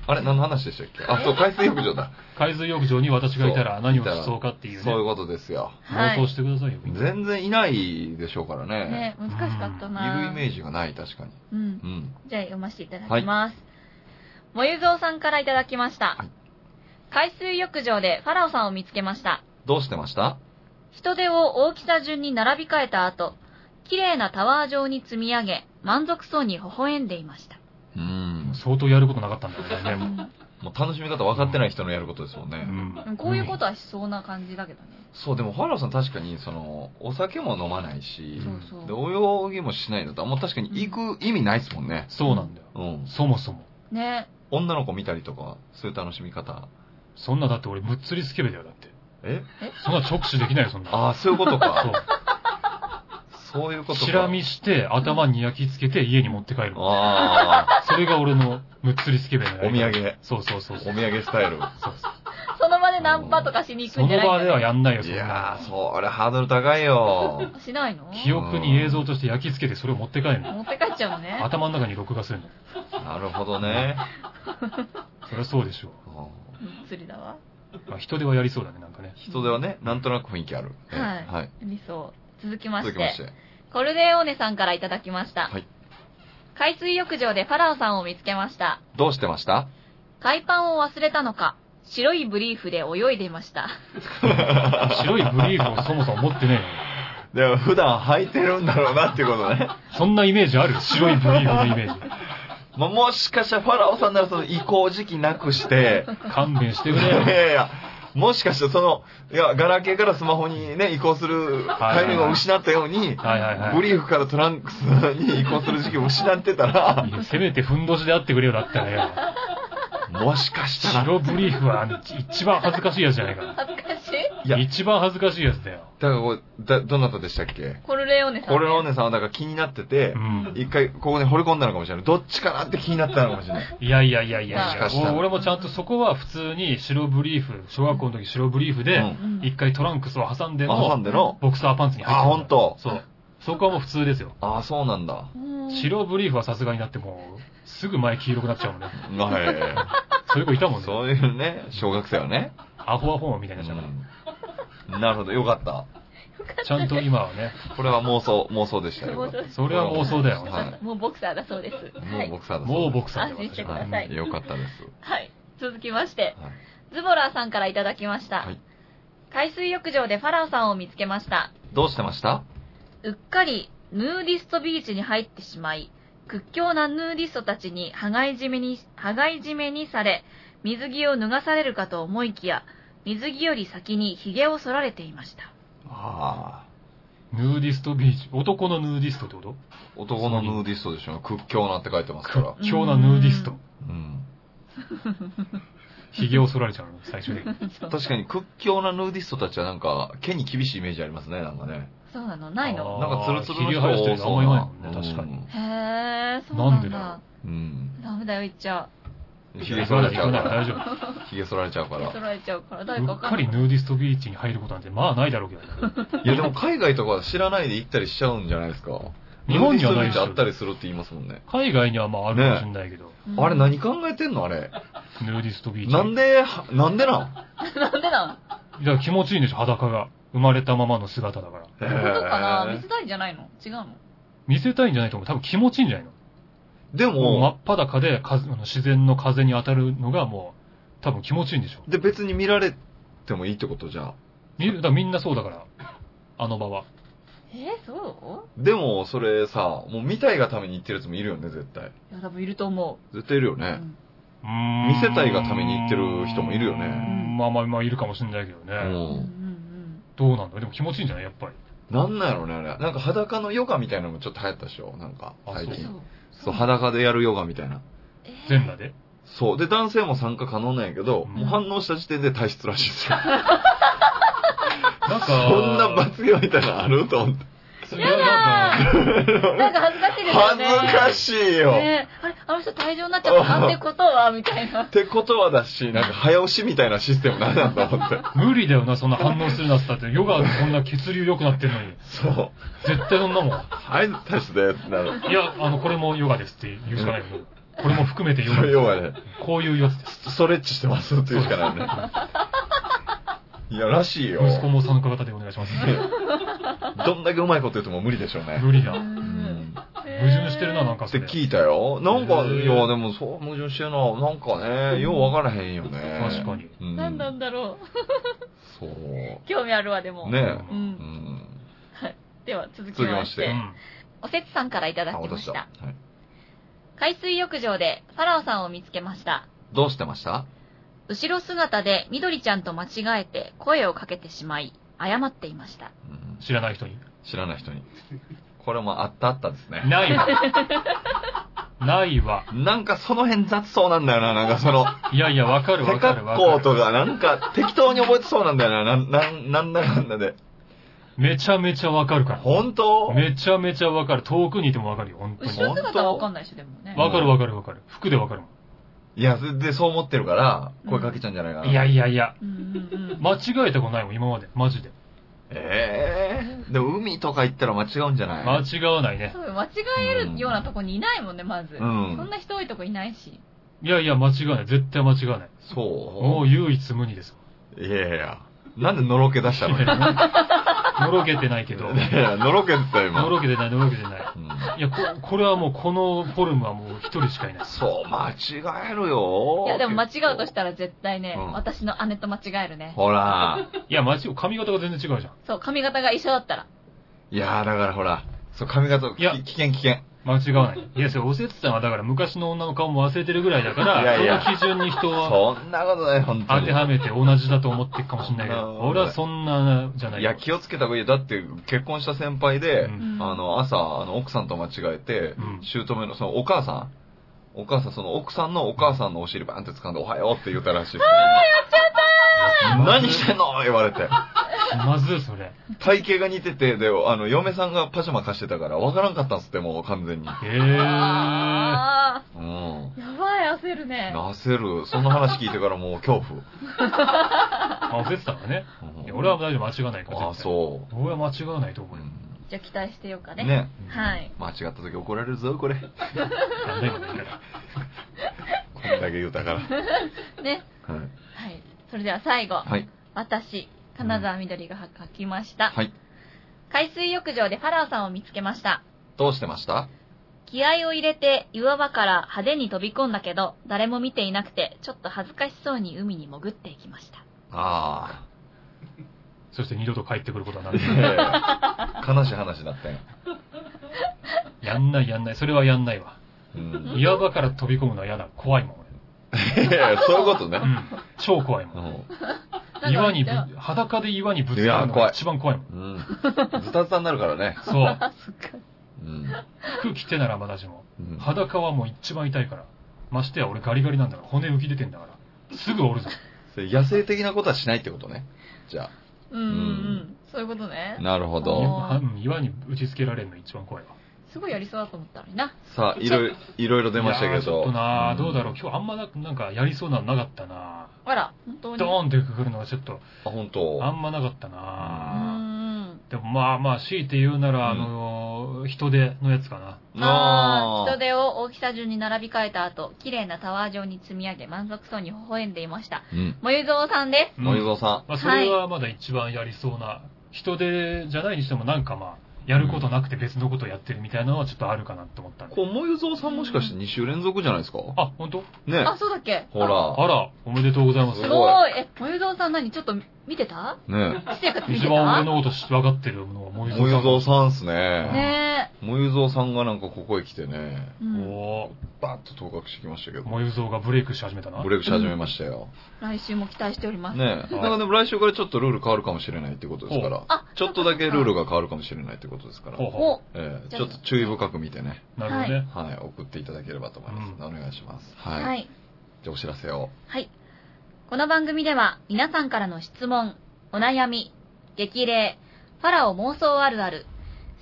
Speaker 2: あれ、何の話でしたっけあ、そう、海水浴場だ。
Speaker 1: 海水浴場に私がいたら何をしそうかっていうね
Speaker 2: そうい、うことですよ。
Speaker 1: 妄想してくださいよ、みんな
Speaker 2: 全然いないでしょうからね。
Speaker 3: ね、難しかった
Speaker 2: い
Speaker 3: な。
Speaker 2: るイメージがない、確かに。
Speaker 3: うん
Speaker 2: う。ん。
Speaker 3: じゃあ読ませていただきます。もゆぞうさんからいただきました。
Speaker 2: はい
Speaker 3: 海水浴場でファラオさんを見つけました。
Speaker 2: どうしてました
Speaker 3: 人手を大きさ順に並び替えた後、綺麗なタワー状に積み上げ、満足そうに微笑んでいました。
Speaker 2: うん。
Speaker 1: 相当やることなかったんだろうね。 もう
Speaker 2: もう楽しみ方分かってない人のやることですもんね。
Speaker 1: うん
Speaker 3: こういうことはしそうな感じだけどね。
Speaker 2: そう、でも、ファラオさん確かに、その、お酒も飲まないし、
Speaker 1: うん
Speaker 3: そう
Speaker 2: で、
Speaker 3: そ
Speaker 2: 泳ぎもしないのと、あんま確かに行く意味ないですもんね。
Speaker 1: そうなんだよ。
Speaker 2: うん。
Speaker 1: そもそも。
Speaker 3: う。ね。
Speaker 2: 女の子見たりとか、そういう楽しみ方。
Speaker 1: そんなだって俺、むっつりスケベだよ、だって。
Speaker 2: え
Speaker 1: そんな直視できないよ、そんな。
Speaker 2: ああ、そういうこと
Speaker 1: そ
Speaker 2: か。
Speaker 1: う。
Speaker 2: そういうことか。
Speaker 1: チラ見して、頭に焼き付けて家に持って帰る。
Speaker 2: あ
Speaker 1: それが俺のむっつりスケベの
Speaker 2: あ、
Speaker 1: や
Speaker 2: お
Speaker 1: り
Speaker 2: 土
Speaker 1: 方
Speaker 2: 産。
Speaker 1: そうそうそうそ
Speaker 2: お
Speaker 1: う。
Speaker 2: 土産スタイル。
Speaker 3: その場でナンパとかしに行く
Speaker 1: そ
Speaker 3: んじゃ
Speaker 1: の
Speaker 3: ない
Speaker 1: 場では
Speaker 3: や
Speaker 1: やんないよ、そ
Speaker 2: い
Speaker 1: んな。
Speaker 2: やー、それハードル高いよ。
Speaker 3: しないの
Speaker 1: 記憶に映像として焼き付けてそれを持って帰るの。
Speaker 3: 持って帰っちゃうのね。
Speaker 1: 頭の中に録画するの。
Speaker 2: なるほどね。
Speaker 1: そりゃそうでしょ
Speaker 2: うん
Speaker 3: うん釣りだわ。
Speaker 1: う。まあ、人ではやりそうだね、なんかね。
Speaker 2: 人ではね、なんとなく雰囲気ある。ええ
Speaker 3: はい
Speaker 2: はい。
Speaker 3: 理想。続きま
Speaker 2: 続
Speaker 3: し
Speaker 2: きま
Speaker 3: て
Speaker 2: し。て。
Speaker 3: コルデオーネさんからいただきました。
Speaker 2: はい
Speaker 3: 海水浴場でファラオさんを見つけました。
Speaker 2: どうしてました
Speaker 3: 海パンを忘れたのか、白いブリーフで泳いでいました。
Speaker 1: 白いブリーフをそもそも持ってねえの。
Speaker 2: でも普段履いてるんだろうなっていうこと ね。
Speaker 1: そんなイメージあ る白いブリーフのイメージ。
Speaker 2: まあ、もしかしたらファラオさんならその移行時期なくして、
Speaker 1: 勘弁して
Speaker 2: い
Speaker 1: くれ
Speaker 2: やい
Speaker 1: よ。
Speaker 2: やいや、もしかしてその、いや、ガラケーからスマホにね、移行するタイミングを失ったように、
Speaker 1: はいはいはい。
Speaker 2: ブリーフからトランクスに移行する時期を失ってたら
Speaker 1: い、やせめてふんどしであってくれよだったらよ。
Speaker 2: もしかしたら、
Speaker 1: 白ブリーフは一番恥ずかしいやつじゃないか。
Speaker 3: 恥ずかしい
Speaker 2: いや
Speaker 1: 一番恥ずかしいやつだよ。
Speaker 2: だからこうだ、どなたでしたっけ
Speaker 3: コルレオーネさんね。
Speaker 2: これのお姉さんはだから気になってて
Speaker 1: う、ん。
Speaker 2: 一回ここに掘り込んだのかもしれない。どっちかなって気になってたのかもしれない。
Speaker 1: いやいやいやい
Speaker 3: も
Speaker 1: や
Speaker 2: し
Speaker 1: い
Speaker 2: か
Speaker 1: や
Speaker 2: したら
Speaker 1: お俺もちゃんとそこは普通に白ブリーフ、小学校の時白ブリーフ
Speaker 2: う
Speaker 1: で、
Speaker 2: ん
Speaker 3: うん
Speaker 1: 一回トランクスを挟んで
Speaker 2: あ、ファン
Speaker 1: の
Speaker 2: での。
Speaker 1: ボクサーパンツに入って
Speaker 2: あほんと
Speaker 1: そう。そこはもう普通ですよ。
Speaker 2: あ、そうなんだ。
Speaker 3: うん
Speaker 1: 白ブリーフはさすがになってもう、すぐ前黄色くなっちゃうもんね。
Speaker 2: は
Speaker 1: そういう子いたも
Speaker 2: い。
Speaker 1: んね。
Speaker 2: そういうね、小学生はね。
Speaker 1: アホアホみたいな人が
Speaker 2: うんなるほど、よかった。
Speaker 1: ちゃんと今はね、
Speaker 2: これは妄想、妄想でしたよ。
Speaker 1: それは妄想だよ。
Speaker 2: は
Speaker 3: もうボクサーだそうです。
Speaker 2: も
Speaker 3: は
Speaker 2: う
Speaker 3: い。
Speaker 2: ボクサーだ
Speaker 1: もうボ
Speaker 2: ク
Speaker 1: クサーで
Speaker 3: 安心してく
Speaker 1: 私は
Speaker 3: ださい。
Speaker 2: よかったです。
Speaker 3: はい。続きまして、
Speaker 2: はい
Speaker 3: ズボラーさんからいただきました。
Speaker 2: はい
Speaker 3: 海水浴場でファラオさんを見つけました。
Speaker 2: どうしてました
Speaker 3: うっかりヌーディストビーチに入ってしまい、屈強なヌーディストたちに羽交い締めに、羽交い締めにされ、水着を脱がされるかと思いきや、水着より先に髭を剃られていました。
Speaker 2: あ
Speaker 1: ヌーディストビーチ。男のヌーディストってこと
Speaker 2: あ。男のヌーディストでしょ。屈強なって書いてますから。
Speaker 1: 卑怯なヌーディス
Speaker 3: う
Speaker 1: ト
Speaker 3: ん。
Speaker 2: うん。
Speaker 1: 髭を剃られちゃうの、最終的に。
Speaker 2: 確かに屈強なヌーディストたちはなんか、毛に厳しいイメージありますね、なんかね。
Speaker 3: そうなのないの
Speaker 1: あー
Speaker 2: なんかツルツルの
Speaker 1: ひげ
Speaker 2: 人
Speaker 1: 生やしてる
Speaker 2: 多
Speaker 1: 人あんま
Speaker 2: そ
Speaker 1: い
Speaker 2: う
Speaker 1: ない
Speaker 2: な
Speaker 1: もんね。確かに。
Speaker 3: へー、そうなんだ。
Speaker 1: なんでだろ
Speaker 2: うん。
Speaker 3: ダメだよ、言っちゃ
Speaker 2: うん。
Speaker 1: い
Speaker 2: ひ
Speaker 1: や
Speaker 2: げ
Speaker 1: い
Speaker 2: 剃
Speaker 1: か
Speaker 2: ら
Speaker 1: ない
Speaker 2: れ
Speaker 1: い
Speaker 2: ち
Speaker 1: かな
Speaker 2: ゃうか
Speaker 1: い大
Speaker 2: ら。
Speaker 1: 丈 夫。
Speaker 2: ひげ剃られちゃうか
Speaker 3: う。
Speaker 2: ら
Speaker 3: 髭。剃られちゃうから、誰
Speaker 1: う
Speaker 3: かわ
Speaker 1: っ
Speaker 3: かん
Speaker 1: か
Speaker 3: ない。
Speaker 1: りヌーディストビーチに入ることなんて、まあないだろうけどね。
Speaker 2: いやでも海外とか知らないで行ったりしちゃうんじゃないですか。
Speaker 1: 日本にはない
Speaker 2: ヌーディストビー
Speaker 1: でし
Speaker 2: チあった
Speaker 1: ょ。
Speaker 2: りするって言いますもんね。
Speaker 1: 海外にはまああるかもしれないけど、
Speaker 3: うん
Speaker 2: あれ何考えてんのあれ。
Speaker 1: ヌーディストビーチ。
Speaker 2: なんで、なんでなん
Speaker 3: なんでなの
Speaker 1: いや、気持ちいいんでしょ、裸が。生まれたままの姿だから。
Speaker 3: 本当かな
Speaker 2: へ
Speaker 3: 見せたいんじゃないの違うの
Speaker 1: 見せたいんじゃないと思う。多分気持ちいいんじゃないの
Speaker 2: ーで
Speaker 1: もう真
Speaker 2: も、
Speaker 1: っ裸で風あの自然の風に当たるのがもう、多分気持ちいいんでしょ。
Speaker 2: で別に見られてもいいってことじゃあ。
Speaker 1: みだからみんなそうだから、あの場は。
Speaker 3: えー、そ
Speaker 2: でも、それさ、もう見たいがために行ってるやつもいるよね、絶対。
Speaker 3: ういや、多分いると思
Speaker 2: 絶対いるよ
Speaker 3: う。う
Speaker 2: ね。
Speaker 3: ん
Speaker 1: 見
Speaker 2: 見せたいがために行ってる人もいるよね
Speaker 1: まあまあまあいるかもしれないけどね。
Speaker 2: う
Speaker 3: うんうん
Speaker 2: ん。
Speaker 3: うん
Speaker 1: どうなんだでも気持ちいいんじゃないやっぱり。
Speaker 2: なんなんやろうね、あれ。なんか裸のヨガみたいなのもちょっと流行ったでしょなんか、
Speaker 1: あ
Speaker 2: 最
Speaker 1: うん
Speaker 2: 近。
Speaker 3: そう
Speaker 2: そう、裸でやるヨガみたいな。
Speaker 3: えー
Speaker 1: 全裸で。
Speaker 2: そう。で、男性も参加可能なんやけど、
Speaker 1: うん
Speaker 2: もう反応した時点で体質らしいですよ。
Speaker 1: なんか、
Speaker 2: そんな罰ゲームみたいなのあると思って。
Speaker 3: やだ ーなんか恥ずかしいですよ
Speaker 2: 恥
Speaker 3: ね。
Speaker 2: ずかしいよ。
Speaker 3: ねえあれ、あの人退場になっちゃった なんてことは、みたいな
Speaker 2: っ。てことはだし、なんか早押しみたいなシステムなんなんだと思って。
Speaker 1: 無理だよな、そんな反応するなってだって。ヨガでこんな血流良くなってんのに。
Speaker 2: そう。
Speaker 1: 絶対そんなもん。
Speaker 2: はい、大質です。なる
Speaker 1: いや、あの、これもヨガですって言うしかないもん。これも含めてヨガ
Speaker 2: そ
Speaker 1: で
Speaker 2: れ
Speaker 1: す。
Speaker 2: 要はね、
Speaker 1: こういうやつです。
Speaker 2: ストレッチしてますっていうしかないね。いや、らしいよ。
Speaker 1: 息子も参加型でお願いします。
Speaker 2: どんだけうまいこと言っても無理でしょうね。
Speaker 1: 無理だ。
Speaker 3: う
Speaker 1: 矛
Speaker 2: うん
Speaker 3: ん
Speaker 1: 盾してるな、なんか
Speaker 2: っ
Speaker 1: そ
Speaker 2: て
Speaker 1: れ。
Speaker 2: 聞いたよ。なんか、
Speaker 1: へー
Speaker 2: いや、でもそう、矛盾してるな。なんかね、ようわからへんよね。
Speaker 1: 確かに。
Speaker 2: うん
Speaker 3: 何なんだろう。
Speaker 2: そう。
Speaker 3: 興味あるわ、でも。
Speaker 2: ね
Speaker 3: う。
Speaker 2: え。うんん。
Speaker 3: では、続き
Speaker 2: 続き
Speaker 3: ま
Speaker 2: ま
Speaker 3: し。
Speaker 2: してて。
Speaker 1: うん。
Speaker 3: おせつさんからいただ
Speaker 2: あ、
Speaker 3: き
Speaker 2: 落と
Speaker 3: ま
Speaker 2: し。
Speaker 3: した
Speaker 2: は
Speaker 3: た
Speaker 2: い。。
Speaker 3: 海水浴場でファラオさんを見つけました。
Speaker 2: どうしてました
Speaker 3: 後ろ姿で緑ちゃんと間違えて声をかけてしまい、謝っていました。
Speaker 2: うん
Speaker 1: 知らない人に。
Speaker 2: 知らない人に。これもあったあったですね。
Speaker 1: ないわ。ないわ。
Speaker 2: なんかその辺雑そうなんだよな、なんかその、
Speaker 1: いやい や、わかる
Speaker 2: 手
Speaker 1: わかる
Speaker 2: 格
Speaker 1: わ
Speaker 2: 好
Speaker 1: か
Speaker 2: と
Speaker 1: る。
Speaker 2: か、なんか適当に覚えてそうなんだよな、なん、なん、なんだかんだで。
Speaker 1: めちゃめちゃわかるから。
Speaker 2: 本当
Speaker 1: めちゃめちゃわかる。遠くにいてもわかるよ、本当に
Speaker 3: 後。ろ姿はわかんないでしょ、でもね。
Speaker 1: わかるわかるわかる。服でわかるも
Speaker 2: いや、で、でそう思ってるから、声かけちゃうんじゃないかな。
Speaker 1: ん。いやいやいや。
Speaker 3: うんうんうん。
Speaker 1: 間違えたことないもん、今まで。マジで。
Speaker 2: ええでも海とか行ったら間違うんじゃない
Speaker 1: 間違わないね
Speaker 3: 多。分間違えるようなとこにいないもんね、まず。
Speaker 2: うん
Speaker 3: そんな人多いとこいないし。
Speaker 1: いやいや、間違わない。絶対間違わない。も
Speaker 2: そう
Speaker 1: 唯一無二 です。
Speaker 2: う。いやいや。なんでのろけ 出したの今。
Speaker 1: のろけてないけど。
Speaker 2: いやいやのろけてたよ今。
Speaker 1: のろけてない、のろけてない。
Speaker 2: うん
Speaker 1: いや、ここれはもう、このフォルムはもう一人しかいない。
Speaker 2: そう、間違えるよ。
Speaker 3: いや、でも間違うとしたら絶対ね、
Speaker 2: うん
Speaker 3: 私の姉と間違えるね。
Speaker 2: ほら。
Speaker 1: いや、間違う、髪型が全然違うじゃん。
Speaker 3: そう、髪型が一緒だったら。
Speaker 2: いやだからほら。そう、髪型、
Speaker 1: いや
Speaker 2: き危険危険。
Speaker 1: 間違わない。いや、それ、おせつさんはだから昔の女の顔も忘れてるぐらいだから、
Speaker 2: いやいや
Speaker 1: その基準に人は
Speaker 2: そんなことない、本当
Speaker 1: 当
Speaker 2: に。
Speaker 1: てはめて同じだと思ってるかもしれないけど、俺はそんな、じゃない
Speaker 2: い
Speaker 1: よ
Speaker 2: や、気をつけた方がいいよ。だって、結婚した先輩で、
Speaker 1: うん
Speaker 2: あの、朝、あの、奥さんと間違えて
Speaker 1: うん、
Speaker 2: 姑の、その、お母さん、お母さん、その、奥さんのお母さんのお尻バンって掴んで、おはようって言ったらしいです、あやっちゃった何してんの言われて。
Speaker 1: 気まずい、それ。
Speaker 2: 体型が似てて、で、あの、嫁さんがパジャマ貸してたから、わからんかったんすって、もう完全に。
Speaker 1: えー。
Speaker 3: あ
Speaker 2: うん。
Speaker 3: ー、やばい、焦るね。
Speaker 2: なせる。そんな話聞いてからもう恐怖。
Speaker 1: まあ、おせつさんはね。
Speaker 2: うん
Speaker 1: いや俺は大丈夫、間違わないから。
Speaker 2: あ、そ
Speaker 1: 俺は間違わないと
Speaker 2: う。
Speaker 1: 思
Speaker 2: う
Speaker 1: うよ。
Speaker 2: ん
Speaker 3: じゃあ期待してようかね。
Speaker 2: ね。
Speaker 3: はい。
Speaker 2: 間違った時怒られるぞ、これ。
Speaker 1: なんだよね
Speaker 2: こんだけ言うたから。
Speaker 3: ね。
Speaker 2: はい。
Speaker 3: はい。それでは最後。
Speaker 2: はい。
Speaker 3: 私、金沢みどりが書きました。
Speaker 2: はい。
Speaker 3: 海水浴場でファラオさんを見つけました。
Speaker 2: どうしてました
Speaker 3: 気合を入れて岩場から派手に飛び込んだけど、誰も見ていなくて、ちょっと恥ずかしそうに海に潜っていきました。
Speaker 2: あ
Speaker 1: そして二度と帰ってくることはな
Speaker 2: あ。
Speaker 1: い
Speaker 2: い。やいや 悲しい話だったよ。
Speaker 1: やんない、やんない。それはやんないわ。
Speaker 2: うんい
Speaker 1: 岩場から飛び込むのは嫌だ。怖いもん、
Speaker 2: やいやそういうことね
Speaker 1: 俺。う。ん。超怖いもん。岩にぶ、裸で岩にぶつかるの
Speaker 2: いや怖
Speaker 1: が
Speaker 2: い
Speaker 1: 一番怖いもん。
Speaker 2: うん。ズタズタになるからね。
Speaker 1: そう。
Speaker 2: うん。
Speaker 1: 服着てならまだしも。
Speaker 2: うん
Speaker 1: 裸はもう一番痛いから。ましてや俺ガリガリなんだから、骨浮き出てんだから。すぐ折るぞ。
Speaker 2: それ野生的なことはしないってことね。じゃ
Speaker 3: うんうんうん。そういうことね
Speaker 2: あ。。なるほど。
Speaker 3: あ
Speaker 1: う
Speaker 3: ー
Speaker 1: ん岩に打ち付けられるの一番怖いわ。
Speaker 3: すごいやりそうだと思ったのにな。
Speaker 2: さあ、いろいろ、いろいろ出ました
Speaker 1: い
Speaker 2: け
Speaker 1: やーちょ
Speaker 2: ど。
Speaker 1: っとなー
Speaker 2: ん
Speaker 1: どうだろう。今日あんまななんかやりそうなのなかったな
Speaker 3: あら、本当に。
Speaker 1: ドーンってくるのはちょっと、
Speaker 2: あ、本当。
Speaker 1: あんまなかった
Speaker 3: う
Speaker 1: な、
Speaker 3: ん。
Speaker 1: でもまあまあ、強いて言うなら、
Speaker 2: う
Speaker 1: あ
Speaker 2: ん
Speaker 1: のー人手のやつかな。
Speaker 3: ああ、人
Speaker 2: で。
Speaker 3: 手を大きさ順に並び替えた後、綺麗なタワー状に積み上げ満足そうに微笑んでいました。
Speaker 2: うん。
Speaker 3: もゆぞうさんです。
Speaker 2: 森蔵さ
Speaker 1: まあ、それはまだ一番やりそうな。人手じゃないにしてもなんかまあ、やることなくて別のことやってるみたいなのはちょっとあるかなって思ったん
Speaker 2: ん。
Speaker 1: で。
Speaker 2: こう、森蔵さんもしかして2週連続じゃないですか
Speaker 1: あ、本当？
Speaker 2: ね
Speaker 3: あ、そうだっけ
Speaker 2: ほ。
Speaker 1: あ
Speaker 2: ら。
Speaker 1: ら、おめでとうございます
Speaker 3: す
Speaker 2: す。
Speaker 3: ごい。え、もゆぞうさん何ちょっと見てた
Speaker 2: ね
Speaker 3: 私生活見て
Speaker 1: 一
Speaker 3: た
Speaker 1: 番俺のこと知分かってるのは森
Speaker 2: 森蔵さんっすね。
Speaker 3: ね
Speaker 2: 森蔵さんがなんかここへ来てね。
Speaker 3: え。うん。
Speaker 1: お
Speaker 2: バーッと頭角してきましたけ
Speaker 1: お、
Speaker 2: ど、
Speaker 1: もゆぞうがブレイクし始めたな。
Speaker 2: ブレイクし始めましたよ。
Speaker 3: 来週も期待しております。
Speaker 2: ねえ。なんかでも来週からちょっとルール変わるかもしれないってことですから、
Speaker 3: あ、
Speaker 2: ちょっとだけルール
Speaker 3: が。
Speaker 2: が変わるかもしれないってことですから
Speaker 1: ほう、ほ
Speaker 3: お、
Speaker 2: ええちょっと注意深く見てね、
Speaker 1: うなるほどね。
Speaker 2: はい、送っていただければと思います。
Speaker 1: うん
Speaker 2: お願いします。はい。
Speaker 3: はい。
Speaker 2: じゃあお知らせを。
Speaker 3: はい。この番組では皆さんからの質問、お悩み、激励、ファラオ妄想あるある、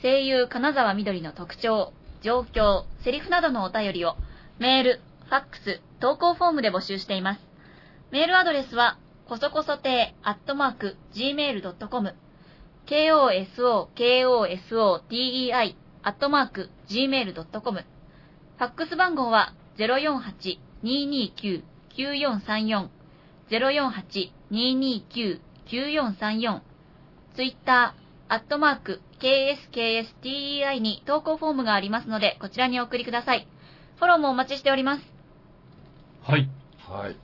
Speaker 3: 声優金沢みどりの特徴、状況、セリフなどのお便りをメール、ファックス、投稿フォームで募集しています。メールアドレスは、こそこそ亭アットマーク gmail.com kosokosotei アットマーク gmail.com ファックス番号は048-229-9434 048-229-9434ツイッター、アットマーク、kskstei に投稿フォームがありますので、こちらにお送りください。フォローもお待ちしております。
Speaker 1: はい。
Speaker 2: はい。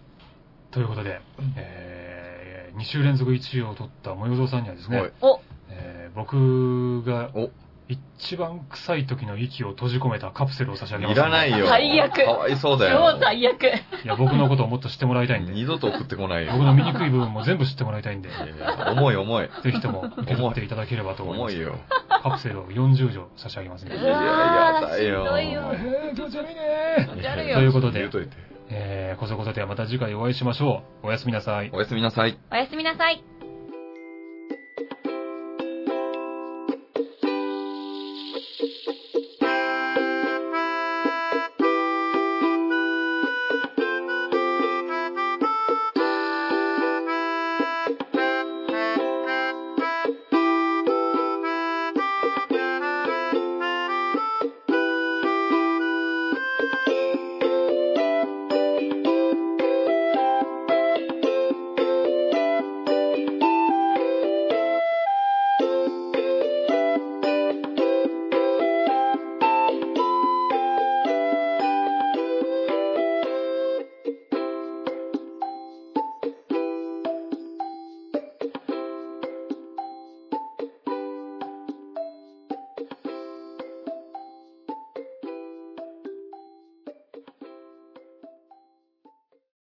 Speaker 1: ということで、え2週連続1位を取ったもゆぞうさんにはです
Speaker 2: すごい
Speaker 1: ね、。
Speaker 3: お、
Speaker 1: えー僕が
Speaker 2: お、
Speaker 1: 一番臭い時の息を閉じ込めたカプセルを差し上げます。
Speaker 2: いらないよ。
Speaker 3: 最悪
Speaker 2: かわいそうだよ
Speaker 3: 超。最悪。
Speaker 1: いや、僕のことをもっと知ってもらいたいんで。
Speaker 2: 二度と送ってこないよ。
Speaker 1: 僕の醜い部分も全部知ってもらいたいんで、
Speaker 2: いやいや重い重い。
Speaker 1: ぜひとも受け取っていただければと思いま
Speaker 2: 重
Speaker 1: す。
Speaker 2: いよ。
Speaker 1: カプセルを40錠差し上げます
Speaker 3: う
Speaker 1: ね。
Speaker 2: いや
Speaker 3: わー、
Speaker 2: いや
Speaker 3: しんど
Speaker 2: や
Speaker 3: いよ
Speaker 2: だ。
Speaker 1: えー、気持ち悪いね
Speaker 3: やるよ
Speaker 1: ということで
Speaker 2: 言うといて。
Speaker 1: えー、こそこそではまた次回お会いしましょう。おやすみなさい。
Speaker 2: おやすみなさい。
Speaker 3: おやすみなさい。